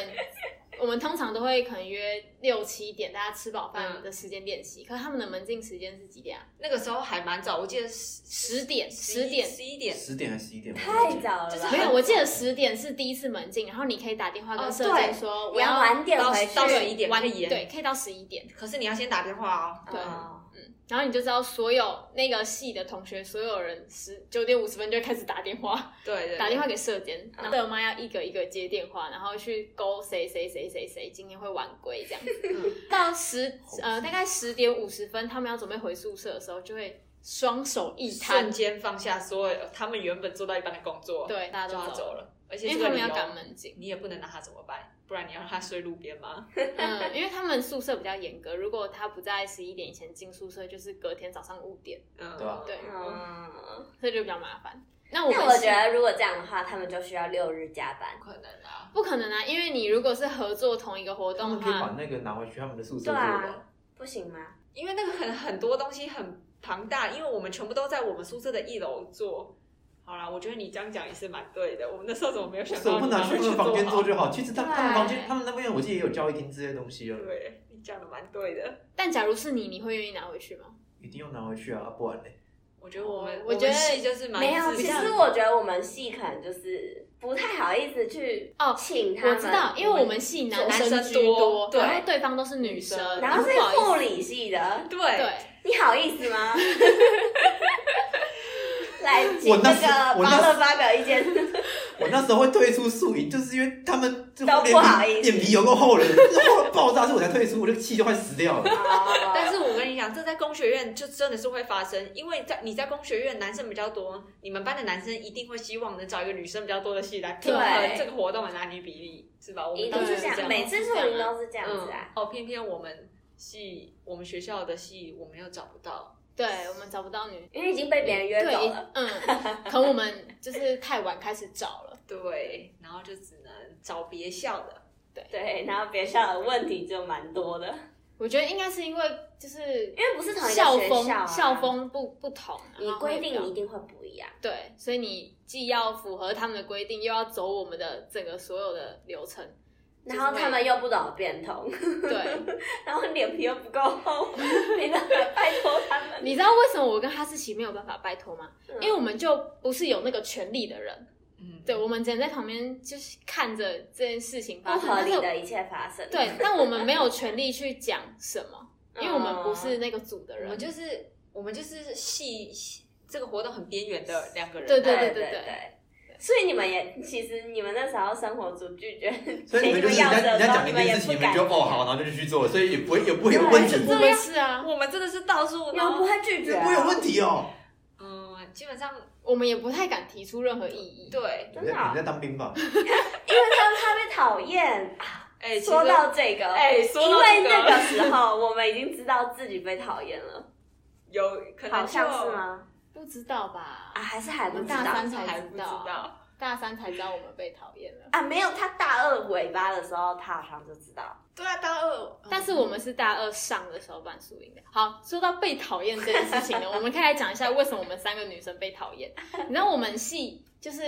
A: 我们通常都会可能约六七点大家吃饱饭
D: 嗯
A: 的时间练习，可是他们的门禁时间是几点啊？
D: 那个时候还蛮早，我记得十
A: 十点，十点。
D: 十一点，
C: 十点还是十一点？
B: 太早了吧，
D: 就 是
A: 没有，我记得十点是第一次门禁，然后你可以打电话跟
D: 哦
A: 社
D: 对
A: 监说我
B: 你要晚点
D: 到
B: 回
D: 到
B: 去。
D: 11点
A: 晚
D: 可以延
A: 对，可以到十一点，
D: 可是你要先打电话哦。
A: 对
B: 哦
A: 嗯，然后你就知道所有那个系的同学，所有人十九点五十分就会开始打电话，
D: 对对，
A: 打电话给社监，
B: 嗯
A: 然后我妈要一个一个接电话，然后去勾谁谁谁谁谁今天会晚归这样
D: 嗯
A: 子。到十呃大概十点五十分，他们要准备回宿舍的时候，就会双手一
D: 瞬
A: 摊，
D: 间放下所有他们原本做到一半的工作，，
A: 对，大
D: 就
A: 家
D: 要
A: 都走
D: 走
A: 了，
D: 了，而且
A: 因
D: 这
A: 为他
D: 个
A: 们
D: 理
A: 要赶
D: 由
A: 门禁。
D: 你也不能拿他怎么办，不然你要让他睡路边吗？
A: 嗯，因为他们宿舍比较严格，如果他不在十一点以前进宿舍，就是隔天早上五点，
D: 嗯，
C: 对吧
A: 对
D: 嗯
B: 嗯，
A: 所以就比较麻烦。那我们
B: 那我
A: 是
B: 觉得如果这样的话，他们就需要六日加班
D: 不。可能啊，
A: 不可能啊，因为你如果是合作同一个活
C: 他
A: 动
C: 们
A: 的
C: 可以把
A: 话，
C: 那个拿回去他们的宿
B: 对
C: 舍做
B: 啊
C: 吧。，
B: 不行吗？
D: 因为那个很很多东西很庞大，因为我们全部都在我们宿舍的一楼做。好啦，我觉得你这样讲也是蛮对的。我们那时候怎么没有
C: 为
D: 想
C: 什
D: 到
C: 么不
D: 你
C: 拿
D: 们
C: 去
D: 会
C: 他
D: 去
C: 们房间做
D: 好？
C: 就好？其实他们他们
A: 对
C: 房间他们那边我记得也有教育厅之类的东西啊了，
D: 对，你讲的蛮对的。
A: 但假如是你，你会愿意拿回去吗？
C: 一定要拿回去啊，不然嘞。
D: 我觉得我
B: 哦
D: 们，
A: 我觉得
D: 们系就是蛮
B: 没有，
D: 自
B: 其
D: 私
B: 实我觉得我们系可能就是不太好意思去
A: 哦
B: 请他们，
A: 我知道，因为我们系男
D: 男
A: 生
D: 生
A: 居
D: 多对
A: 然后对方都是女生，
D: 然
B: 然后是
A: 不好
B: 护
A: 意思。
B: 理系的，
D: 对，
A: 对，
B: 你好意 思吗？来，
C: 我
B: 请
C: 那
B: 那
C: 是
B: 个
C: 我那
B: 巴乐发表意见。
C: 我那时候会退出宿营，就是因为他们就
B: 都
C: 脸
B: 不好
C: 皮
B: 意思
C: 脸皮有够厚了，厚到爆炸，所以我才退出，我这个气就快死掉了。
D: 但
B: 但
D: 是我跟你讲，这在工学院就真的是会发生，因为在你在工学院男生比较多，你们班的男生一定会希望能找一个女生比较多的系来平衡
B: 对
D: 这个活动的男女比例，是吧？我
B: 一定
D: 们当时
B: 是这
D: 是这
B: 样，
D: 样，
B: 每次宿营都是这样子啊。
D: 嗯。哦，偏偏我们系我们学校的系我们又找不到，
A: 对我们找不到女，
B: 因为已经被别人约走
A: 对
B: 了，，
A: 嗯，可能我们就是太晚开始找了，
D: 对，然后就只能找别校的。
B: 对，然后别校的问题就蛮多的，
A: 我觉得应该是因为就是
B: 因为不是同一个
A: 校
B: 学
A: 风
B: 校、啊，
A: 校，风哦不不同，
B: 你
A: 然后会
B: 规
A: 比
B: 定
A: 较
B: 一定会不一样。
A: 对，所以你既要符合他们的规定，又要走我们的整个所有的流程，
B: 然后他们又不懂变通，
A: 对。
B: 然后脸皮又不够厚， 没办法拜托他们。
A: 你知道为什么我跟哈士奇没有办法拜托吗？
B: 嗯
A: 因为我们就不是有那个权利的人，
D: 嗯，
A: 对，我们只能在旁边就是看着这件事情
B: 不
A: 发生，
B: 合
A: 但
B: 理
A: 是
B: 的一切发生，
A: 对，但我们没有权利去讲什么，因为我
B: 嗯
A: 们不是那个组的
D: 我
A: 人
C: 哦
D: 们，就是我们就是系这个活动很边缘的两个人。
A: 对
B: 对
A: 对对
B: 对。所以你们也其实你们那时候生活组拒绝，
C: 所以你们就是人
B: 要
C: 家
B: 的
C: 人
B: 时
C: 家
B: 候，
C: 讲一
B: 们也
C: 件事
B: 不
C: 情，你们
B: 敢
C: 就哦好，然后就去做，所以也不会也不会有问题，
A: 我们是啊，
D: 我们真的是到处，
B: 你
D: 然
B: 们不
D: 后
B: 会拒
C: 也
B: 绝啊，
C: 不会有问题哦。
D: 嗯，基本上
A: 我们也不太敢提出任何异议。
D: 对，
C: 你
B: 真的
C: 在
B: 啊
C: 你在当兵吧？
B: 因为他们他被讨厌。
D: 哎、其实
B: 说到这个，
D: 哎说到
B: 因
D: 这个
B: 为那个时候我们已经知道自己被讨厌了，
D: 有可能
B: 好
D: 就
B: 像是吗？
A: 不知道吧
B: 啊，？还是还不
A: 我
B: 知
A: 们大
B: 道
A: 三才
D: 还不知道，
A: 大三才知道我们被讨厌了，
B: 啊？没有，他大二尾巴的时候，他好像就知道。
D: 对啊，大二，
B: 哦
A: 但是我们是大二上的时候办宿营的。好，说到被讨厌这件事情 呢，我们可以来讲一下为什么我们三个女生被讨厌。你知道我们系就是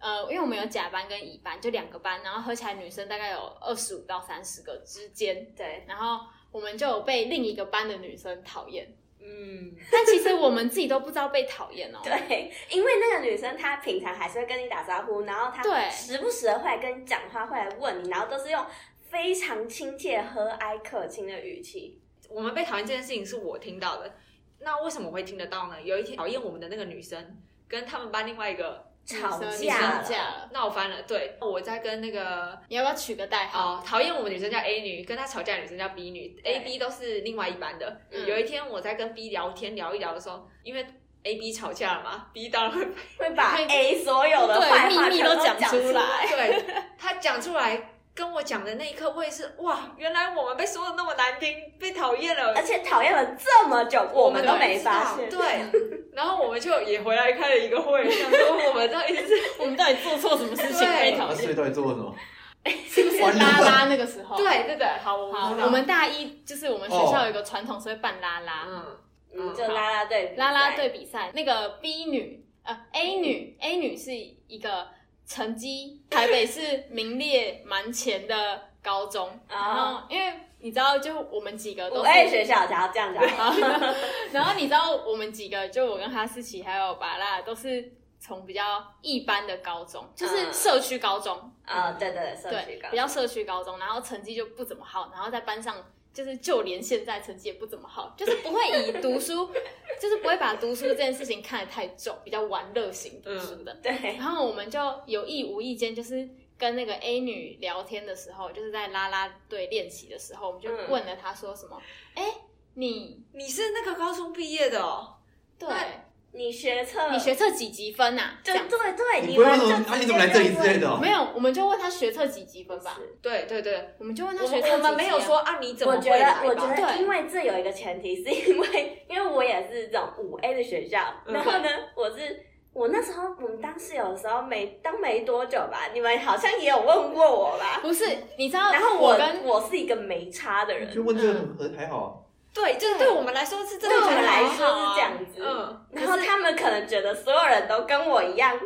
A: 呃，因为我们有甲班跟乙班，就两个班，然后合起来女生大概有二十五到三十个之间，
B: 对，
A: 然后我们就有被另一个班的女生讨厌，
D: 嗯，
A: 但其实我们自己都不知道被讨厌哦。
B: 对，因为那个女生她平常还是会跟你打招呼，然后她
A: 对
B: 时不时的会来跟你讲话，会来问你，然后都是用非常亲切、和蔼可亲的语气。
D: 我们被讨厌这件事情是我听到的，那为什么我会听得到呢？有一天讨厌我们的那个女生跟他们班另外一个
B: 吵
A: 女生女
B: 架
A: 生
B: 了，
A: 架了，
D: 闹翻了。对，我在跟那个
A: 你要不要取个代号？
D: 哦，讨厌我们女生叫 A 女，跟她吵架的女生叫 B 女
B: 对
D: ，A、B 都是另外一班的。
B: 嗯
D: 有一天我在跟 B 聊天聊一聊的时候，因为 A、B 吵架了嘛，B 当然会
B: 会把
A: 可以
B: A 所有的坏话
A: 对秘密
B: 全
A: 都
B: 都
A: 讲
B: 讲
A: 出
B: 来
A: 来。
D: 对他讲出来跟我讲的那一刻，我也是哇，原来我们被说的那么难听，被讨厌
B: 而
D: 了，
B: 且讨厌了这么久，我们都没发现。
D: 对， 然后我们就也回来开了一个会，想说我们到底是
A: 我们到底做错什么事情
D: 对
A: 被
B: 啊
C: 那
A: 讨
C: 所以
A: 厌？
C: 到底做了 什么？
A: 是不是
C: 完了
A: 拉拉那个时候？。
D: 对对对，好，我
A: 好，
D: 们
A: 我们大一就是我们学校有一个传统是会办拉拉，
D: 嗯
B: 嗯，就啦啦队，
A: 拉拉队比赛，那个 B 女呃 A 女 A 女是一个成绩台北市名列蛮前的高中，然
B: 啊，
A: 后因为你知道，就我们几个
B: 五
A: 都
B: A
A: 是。
B: 学校，假如这样讲，
A: 然后你知道我们几个，就我跟哈士奇还有巴拉，都是从比较一般的高中，就是
B: 嗯
A: 社区高中，
B: 啊，对对对，社区
A: 对
B: 高，
A: 比较社区高中，然后成绩就不怎么好，然后在班上就是就连现在成绩也不怎么好，就是不会以读书，就是不会把读书这件事情看得太重，比较玩乐型读书的。
B: 对，
A: 然后我们就有意无意间就是。跟那个 A 女聊天的时候，就是在啦啦队练习的时候，我们就
B: 嗯
A: 问了她说什么？哎、你
D: 你是那个高中毕业的哦，
A: 对
B: 你学测，
A: 你学测几几分呐、这
B: 对
A: 样
B: 对对，
C: 你
B: 你
C: 不会
B: 们
C: 问
B: 就
C: 什么？啊，你怎么来这里之类的哦？
A: 没有，我们就问她学测几几分吧。
B: 是
D: 对对对，
A: 我们就问她
D: 我
A: 学
D: 们
A: 测几几啊
D: 我们没有说啊，你怎么
B: 我
D: 会
B: 觉得，
D: 来
B: 我觉
D: 吧？
B: 得，
A: 对
B: 因为这有一个前提，是因为因为我也是这种五 A 的学校，
D: 嗯
B: 然后呢，我是我那时候我们当室友的时候没当没多久吧，你们好像也有问过我吧？
A: 不是，你知道？
B: 然后我
A: 跟
B: 我是一个没差的人，
C: 就问这个很合还好
D: 对，就是对我们来说是真的
B: 对我
D: 觉
B: 们
D: 得
B: 来
D: 还
B: 说
D: 好啊，
B: 是这样子，
D: 嗯，
B: 然后他们可能觉得所有人都跟我一样，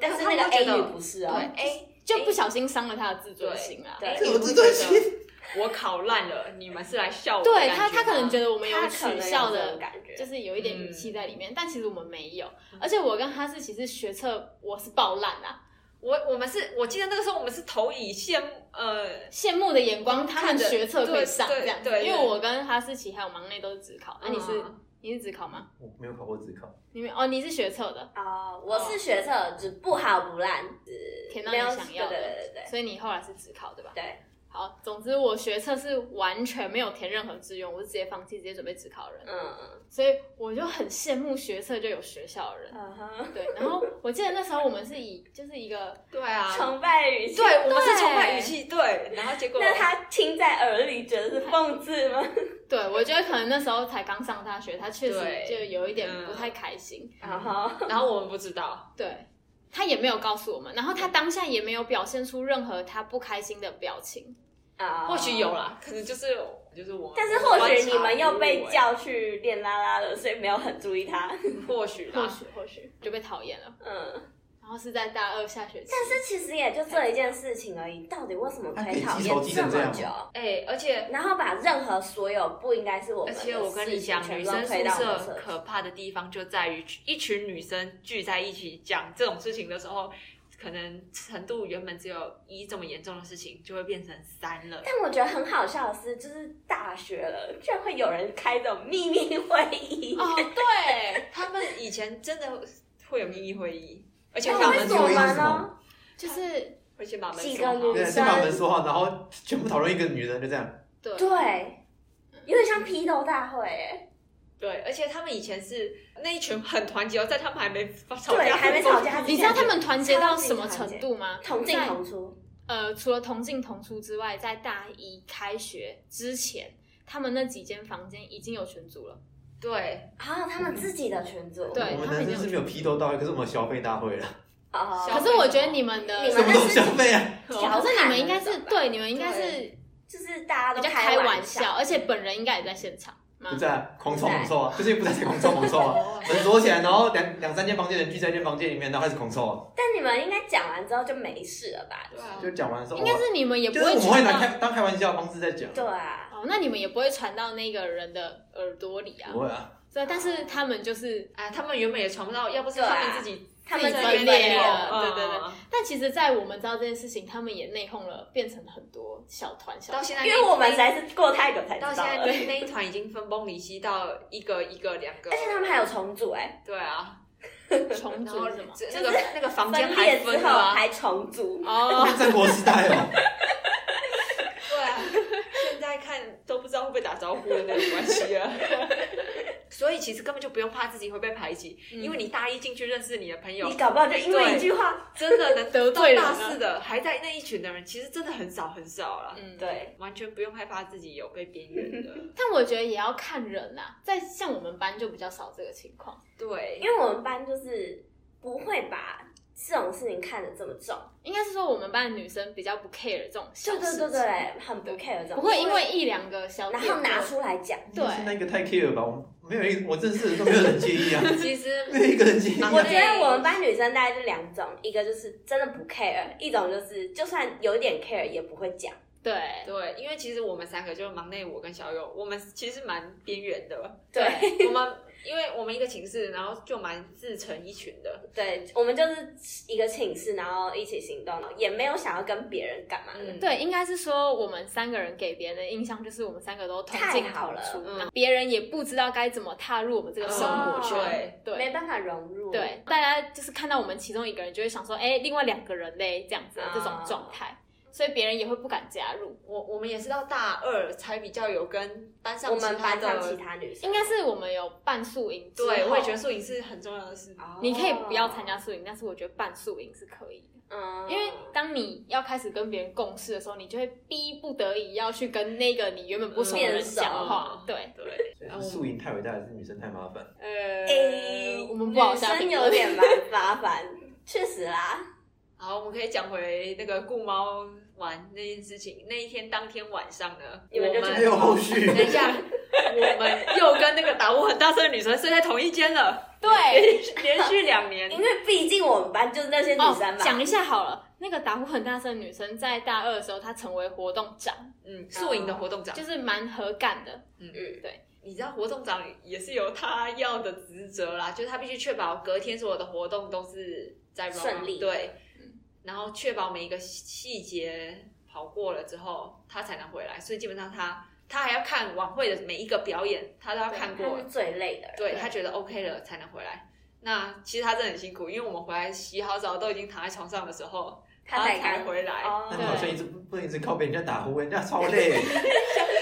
B: 但是那个
D: 他们会
B: A
D: 觉得
B: 女不是啊，
D: 对 A
A: 就不小心伤了她的自尊心啊。
B: 对
D: 哎
C: 这
D: 你
C: 有
D: 不
C: 自
D: 觉
C: 尊
D: 得
C: 心
D: 我考烂了，你们是来笑我的
A: 对
D: 感
A: 她，她可能
D: 吗
A: 觉得我们有
B: 她可能
A: 取
B: 有
A: 笑
B: 这
A: 的
B: 种感觉，
A: 就是有一点语气在里面，但其实我们没有。而且我跟哈士奇是学测，我是爆烂啊，
D: 我我们是我记得那个时候我们是投以羡慕呃
A: 羡慕的眼光，他
D: 看
A: 们
D: 着
A: 学测可以上
D: 对
A: 这样子
D: 对。对
A: 因为我跟哈士奇还有忙内都是职考，啊那你是
D: 嗯
A: 你是职考吗？
C: 我没有考过自考，
A: 你没哦，你是学测的，
B: 哦，我是学测，只不好不烂，只
A: 填到
B: 没
A: 你
B: 有
A: 想要的
B: 对对对对
A: 所以你后来是职考对吧？
B: 对。
A: 好，总之我学测是完全没有填任何志愿，我是直接放弃，直接准备职考的人，
B: 嗯
A: 所以我就很羡慕学测就有学校的人。
B: 嗯哼，
A: 对，然后我记得那时候我们是以就是一个
D: 对啊，
B: 崇拜语气。
D: 对我们是充满语气对，然后结果
B: 那他听在耳里，觉得是讽刺吗？
A: 对，我觉得可能那时候才刚上大学，他确实
D: 对
A: 就有一点不太开心。
B: 然后，
D: 然后我们不知道，
A: 对，他也没有告诉我们，然后他当下也没有表现出任何他不开心的表情。
B: 啊
D: 或许有，啦，可能就是就是我们，
B: 但是或许你们又被，叫去练啦啦了，所以没有很注意他。
D: 或许
A: 或
D: 啦，
A: 许或许就被讨厌了，
B: 嗯，
A: 然后是在大二下学期。
B: 但是其实也就这一件事情而已，到底为什么可以讨厌这
C: 他可以记仇记成这
B: 么
C: 样
B: 久？
D: 哎，而且
B: 然后把任何所有不应该是我
D: 而
B: 们的
D: 且我跟你
B: 事情
D: 讲，
B: 全
D: 女
B: 部都
D: 生
B: 推
D: 宿
B: 到我们
D: 舍
B: 社
D: 可
B: 区。
D: 怕的地方就在于一群女生聚在一起讲这种事情的时候。可能程度原本只有一这么严重的事情，就会变成三了。
B: 但我觉得很好笑的是，就是大学了，居然会有人开这种秘密会议。
A: 哦，对，
B: 哎
D: 他们以前真的会有秘密会议，而且
B: 那
D: 把
B: 为什
D: 门
C: 什
D: 锁
B: 么
C: 么
D: 好
C: 呢
B: 呢？
A: 就是
D: 而且把门
B: 几
D: 锁
B: 个
D: 好
B: 女
C: 对，
B: 生
C: 先把门说好，然后全部讨论一个女人，就这样。
A: 对
B: 对，有点像批斗大会哎，
D: 对，而且他们以前是那一群很团结哦，在他们还没发吵
B: 对，
D: 架，
B: 还没吵。架之
A: 你
B: 前，
A: 知道他们团结到什么程度吗？
B: 同进
A: 在
B: 同出，
A: 呃，除了同进同出之外，在大一开学之前，他们那几间房间已经有群组了。
D: 对，
B: 还有他们自己的群组，
A: 对
C: 我们
A: 他们
C: 男
A: 已经有
C: 生是没有批斗到位，可是我们有消费大会了，
B: 哦，
D: 小
A: 可是我觉得你们的，
B: 你
C: 什
B: 们
C: 么
B: 那
C: 都
B: 是
C: 消费啊。
B: 小
A: 可是你们应该
B: 看
A: 是
B: 那种吧
A: 对，你们应该是
B: 就是大家
A: 比
B: 都
A: 较开
B: 玩
A: 玩笑，而且本人应该也在现场
C: 不
A: 吗？
C: 在啊，狂抽猛抽啊，就是不在狂抽猛抽 啊。门锁起来，然后两两三间房间的人聚在一间房间里面，然后开始狂抽啊。
B: 但你们应该讲完之后就没事了吧？
D: 对啊
C: 就讲完之后，
A: 应该是你们也
C: 哇
A: 不
C: 哦就是我们会
A: 传
C: 拿
A: 到
C: 开当开玩笑的方式在讲，
B: 对啊，
A: 哦，那你们也不会传到那个人的耳朵里啊
C: 不。会啊。
A: 对，但是他们就是，
D: 哎，他们原本也传不到，要不是
B: 对啊
D: 他们自己
B: 他们
A: 自
B: 自
A: 己
B: 己
A: 分
B: 练
A: 裂
B: 过
A: 了
D: 嗯
A: 对对对
D: 嗯
A: 但其实，在我们知道这件事情，他们也内讧了，变成很多小团小
D: 到
A: 团。
D: 现在
B: 因
D: 那
B: 为我们实在是过太久才知道
D: 到现在
B: 了。
D: 那那一团已经分崩离析到一个一个两个
B: 而，且他们还有重组哎，
D: 对啊，
A: 重
D: 然后
A: 组是吗？
D: 这那个那个房间
B: 分
D: 还
B: 裂之
D: 分
B: 后
D: 了啊，
B: 还重组，
A: 哦，
C: 战国时代哦，
D: 对啊，现在看都不知道会不会打招呼的那种关 系啊。所以其实根本就不用怕自己会被排挤，
A: 嗯
D: 因为你大一进去认识你的朋友
B: 你，搞不好就因为一句话，
D: 真的能
A: 得罪人
D: 到
A: 啊
D: 大四的，还在那一群的人，其实真的很少很少了。
A: 嗯，
B: 对，
D: 完全不用害怕自己有被边缘的，
A: 但我觉得也要看人呐、在像我们班就比较少这个情况，
D: 对
B: 因，为我们班就是不会把这种事情看得这么重，
A: 应该是说我们班的女生比较不 care 这种小
B: 对
A: 事
B: 对
A: 情，
B: 对对，很不 care 这种，
A: 不会因为一两个小
B: 然
A: 点
B: 后拿出来讲，
A: 对
C: 是那个太 care 吧，我没有一我认识的都没有人介意啊，
D: 其实
C: 没有一个人介意啊。
B: 我觉得我们班女生大概就两种，一个就是真的不 care，一种就是就算有一点 care 也不会讲。
A: 对
D: 对，因为其实我们三个就是忙内，我跟小友，我们其实蛮边缘 的。
A: 对，
D: 我们因为我们一个寝室，然后就蛮自成一群的。
B: 对，我们就是一个寝室，然后一起行动，也没有想要跟别人干嘛的。
D: 嗯，，
A: 对，应该是说我们三个人给别人的印象就是我们三个都同进
B: 太好
A: 同
B: 了
A: 出，
D: 嗯
A: 然后别人也不知道该怎么踏入我们这个生活圈，
D: 哦
A: 对
B: 没办法融入。
A: 对，大家就是看到我们其中一个人就会想说，哎、另外两个人嘞，这样子的
B: 啊
A: 这种状态，所以别人也会不敢加入。
D: 我我们也是到大二才比较有跟班上
B: 我们班上其
D: 的。
B: 他女生
A: 应该是我们有办宿营之后，
D: 对，我也觉得宿营是很重要的事。
B: 哦
A: 你可以不要参，加宿营，但是我觉得办宿营是可以的，
B: 哦嗯
A: 因为当你要开始跟别人共事的时候，你就会逼不得已要去跟那个你原本不熟的人
B: 变熟
A: 讲话，对。
D: 对，
C: 所以是素影太伟大，还是女生太麻烦？
A: 呃，
D: 哎
B: 诶
A: 我们不好
B: 女
A: 下
B: 生
A: 评
B: 有
A: 论。
B: 点麻麻烦， 确实啦。
D: 好，我们可以讲回那个顾猫玩那件事情。那一天当天晚上呢，
B: 你们就
D: 我
B: 去
C: 还有后续，
D: 等一下，我们又跟那个打呼很大声的女生睡在同一间了，
A: 对，
D: 连续两年
B: 因。为毕竟我们班就是那些女
A: 哦
B: 生，嘛，
A: 讲一下好了。那个打呼很大声的女生，在大二的时候，她成为活动长，
D: 嗯，宿营的活动长，
A: 就是蛮合干 的。
D: 你知道活动长也是有他要的职责啦，就是他必须确保隔天所有的活动都是在 run
B: 顺利
D: 对，然后确保每一个细节跑过了之后，他才能回来。所以基本上他他还要看晚会的每一个表演，他都要看
B: 她
D: 过
B: 是最累的人。
D: 对他觉得 OK 了才能回来。那其实他真的很辛苦，因为我们回来洗好澡都已经躺在床上的时候，
B: 她才
D: 才
B: 敢
D: 回来。
B: 哦
C: 那你好像一直不不能一直靠别人家打呼，人家超累。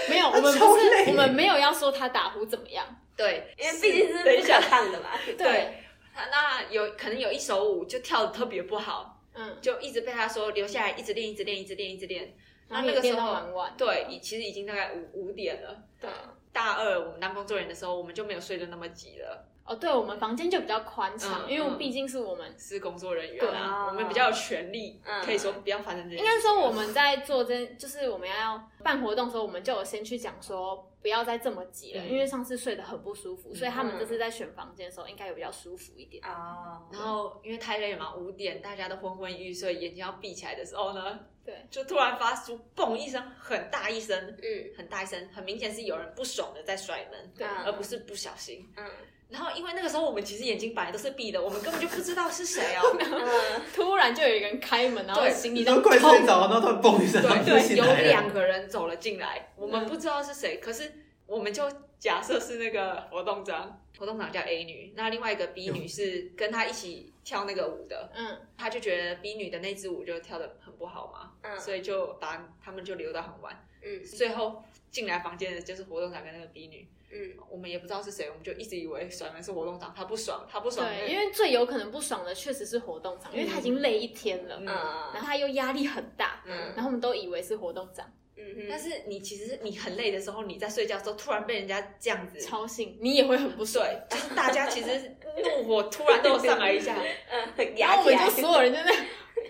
A: 没有，我
C: 他
A: 们不
C: 超累
A: 是，我们没有要说他打呼怎么样。
D: 对，
B: 因为毕竟是
D: 等一
B: 不
D: 下
B: 可抗的嘛。
D: 对，他那有可能有一首舞就跳的特别不好，
A: 嗯，
D: 就一直被他说留下来，一直练，一直练，一直练，一直练。
A: 然
D: 那
A: 后
D: 那
A: 也
D: 个时
A: 变
D: 候
A: 到蛮晚。
D: 对，已其实已经大概五五点了。
A: 对，
D: 大二我们当工作人员的时候，我们就没有睡得那么急了，
A: 哦，对，我们房间就比较宽敞，
D: 嗯
A: 因为
D: 嗯
A: 毕竟是我们，
D: 是工作人员啊，
B: 对
D: 我们比较有权利，
B: 嗯
D: 可以说不要发生这件
A: 应
D: 事。
A: 该说我们在做这，就是我们要办活动的时候，我们就有先去讲说不要再这么急了，
D: 嗯
A: 因为上次睡得很不舒服，所以他们
B: 嗯
A: 这次在选房间的时候应该有比较舒服一点。
B: 哦，
D: 然后因为太累了嘛，五点大家都昏昏欲睡，眼睛要闭起来的时候呢，
A: 对，
D: 就突然发出嘣一声很大一声，
B: 嗯
D: 很大一声，很明显是有人不爽的在甩门，
A: 对
B: 嗯
D: 而不是不小心。
B: 嗯
D: 然后因为那个时候我们其实眼睛本来都是闭的，我们根本就不知道是谁哦。
B: 嗯，
A: 突然就有一个人开门，然后
D: 对
A: 行李
C: 你
A: 都
C: 都快睡着了，然后突然嘣一声， 然后就
D: 对，
C: 醒
D: 有
C: 来
D: 两
C: 了。
D: 个人走了进来，我们不知道是谁，可是我们就假设是那个活动长，活动长叫 A 女，那另外一个 B 女是跟她一起跳那个舞的，
A: 嗯，
D: 她就觉得 B 女的那支舞就跳的很不好嘛。
B: 嗯
D: 所以就把他们就留到很晚。
B: 嗯
D: 最后进来房间的就是活动长跟那个 B 女，
B: 嗯，
D: 我们也不知道是谁，我们就一直以为甩门是活动长，他不爽，他不爽。
A: 对，因为最有可能不爽的确实是活动场，因为他已经累一天了，
D: 嗯
A: 然
B: 嗯
A: 后他又压力很大，
D: 嗯
A: 然后我们都以为是活动长。
B: 嗯，
D: 但是你其实你很累的时候，你在睡觉的时候突然被人家这样子，
A: 超兴，你也会很不爽。
D: 对，就是大家其实怒火突然都有上来一下，
B: 嗯，
A: 然
B: 牙
A: 后我们
B: 起来
A: 就所有人就在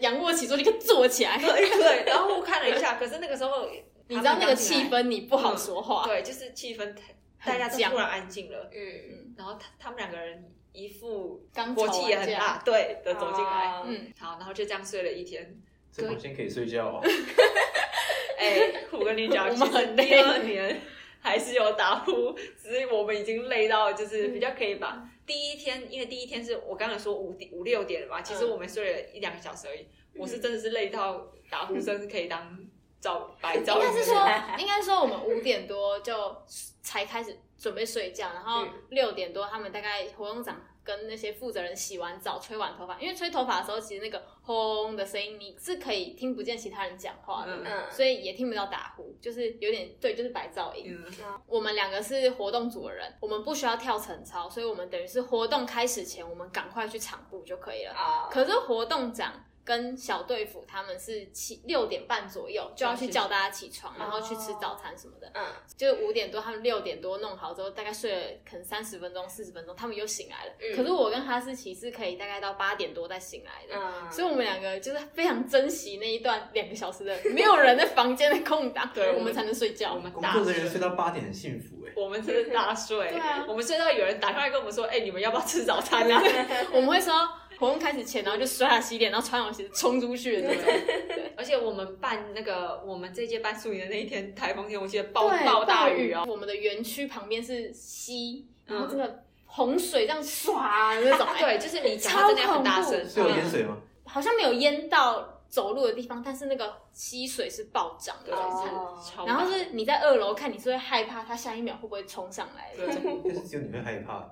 A: 仰卧起坐立刻坐起来，
D: 对对，然后看了一下，可是那个时候
A: 你知道那个气
D: 他们刚进来，
A: 氛，你不好说话。
D: 嗯对，就是气氛太，大
A: 很
D: 家都
A: 僵
D: 突然安静了，
B: 嗯
D: 然后他他们两个人一副
A: 刚
D: 火
A: 吵
D: 气
A: 完
D: 也很
A: 架，
D: 大，对的走进来。
B: 哦
A: 嗯，
D: 好，然后就这样睡了一天。
C: 这房间可以睡觉哦。
D: 哎，我跟你 讲，
A: 我
D: 其
A: 们
D: 实
A: 很
D: 第二年还是有打呼，只是我们已经累到就是
A: 嗯
D: 比较可以把第一天，因为第一天是我刚才说五点五六点了吧，其实
A: 嗯
D: 我们睡了一两个小时而已。我是真的是累到打呼声是可以当噪白噪
A: 应该
D: 音
A: 是
D: 的。
A: 说，应该说我们五点多就才开始准备睡觉，然
D: 嗯
A: 后六点多他们大概活动长跟那些负责人洗完澡、吹完头发，因为吹头发的时候其实那个轰的声音你是可以听不见其他人讲话的，
D: 嗯
B: 嗯，
A: 所以也听不到打呼，就是有点对，就是白噪音。
D: 嗯
A: 我们两个是活动组的人，我们不需要跳层操，所以我们等于是活动开始前，我们赶快去场部就可以了。
B: 啊，
A: 可是活动长跟小队服他们是七六点半左右就要去叫大家起床，然后去吃早餐什么的。
B: 嗯，
A: 就五点多，他们六点多弄好之后，大概睡了可能三十分钟、四十分钟，他们又醒来了。
B: 嗯
A: 可是我跟哈士奇是可以大概到八点多再醒来的。
B: 嗯，
A: 所以我们两个就是非常珍惜那一段两个小时的没有人在房间的空档，
D: 对
A: 我们才能睡觉。
D: 我们
C: 工
D: 大
C: 作人员睡
D: 睡
C: 到八点很幸福哎、
D: 我们真是大睡，
A: 对啊
D: 我们睡到有人打电话跟我们说，哎、你们要不要吃早餐啊？
A: 我们会说活动开始前，然后就刷牙洗脸，然后穿好鞋子冲出去的那种。
D: 而且我们办那个我们这届办宿营的那一天，台风天，我记得暴暴大雨哦，
A: 我们的园区旁边是溪，
D: 嗯
A: 然后真的洪水这样唰的那种、哎
D: 对，就是你讲话真的要很大声，嗯
C: 是有淹水吗？
A: 好像没有淹到走路的地方，但是那个溪水是暴涨的。
D: 对，
B: 哦
D: 超大
A: 然后是你在二楼看，你是会害怕它下一秒会不会冲上来的。
D: 对
C: 但是只有你会害怕，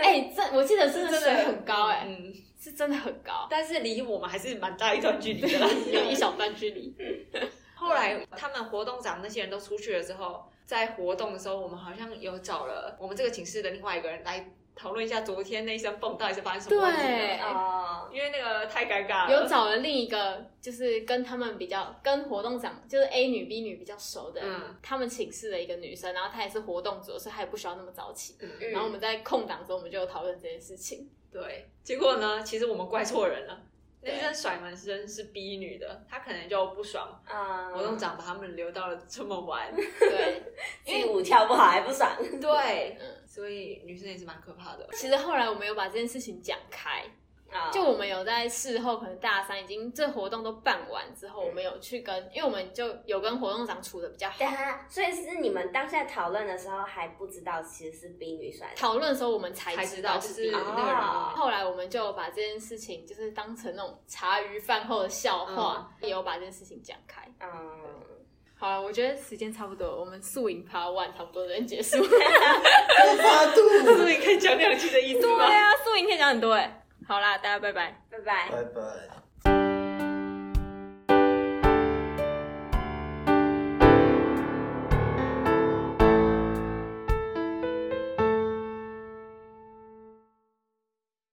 A: 哎、这我记得是真的水很高、哎、
D: 嗯，
A: 是真的很高，
D: 但是离我们还是蛮大一段距离的啦。
A: 有一小段距离。
D: 后来他们活动长那些人都出去了之后，在活动的时候，我们好像有找了我们这个寝室的另外一个人来讨论一下昨天那一声蹦到底是发生什么问题
A: 对
D: 了，
B: 哦，
D: 因为那个太尴尬了。
A: 有找了另一个，就是跟他们比较跟活动长，就是 A 女 B 女比较熟的，
D: 嗯
A: 他们寝室的一个女生，然后她也是活动组，所以她也不需要那么早起。
D: 嗯
A: 然后我们在空档中，我们就有讨论这件事情。
D: 对，结果呢，其实我们怪错人了。那
A: 对
D: 声甩门声是 B 女的，她可能就不爽，
B: 嗯，
D: 活动长把他们留到了这么晚。
A: 对，
B: 第五跳不好还不爽，
D: 对，
A: 嗯
D: 所以女生也是蛮可怕的。
A: 其实后来我们有把这件事情讲开，
B: 啊
A: 就我们有在事后，可能大三已经这活动都办完之后，我们有去跟，因为我们就有跟活动长处的比较好
B: 等。下，所以是你们当下讨论的时候还不知道，其实是冰女甩的。
A: 讨论的时候，我们才
D: 才
A: 知
D: 知
A: 道
D: 道
A: 是
D: 就
A: 彼
D: 是
A: 此
B: 啊
D: 那个人 哦
A: 后来我们就把这件事情就是当成那种茶余饭后的笑话，也有把这件事情讲开。
B: 嗯，
A: 好啊了，我觉得时间差不多了，我们宿营 Part One 差不多能结束。
C: 八度，
D: 所以可以讲两句的意思吗？
A: 欸对啊，宿营可以讲很多哎。好啦，大家拜拜。
B: 拜拜。
C: 拜拜。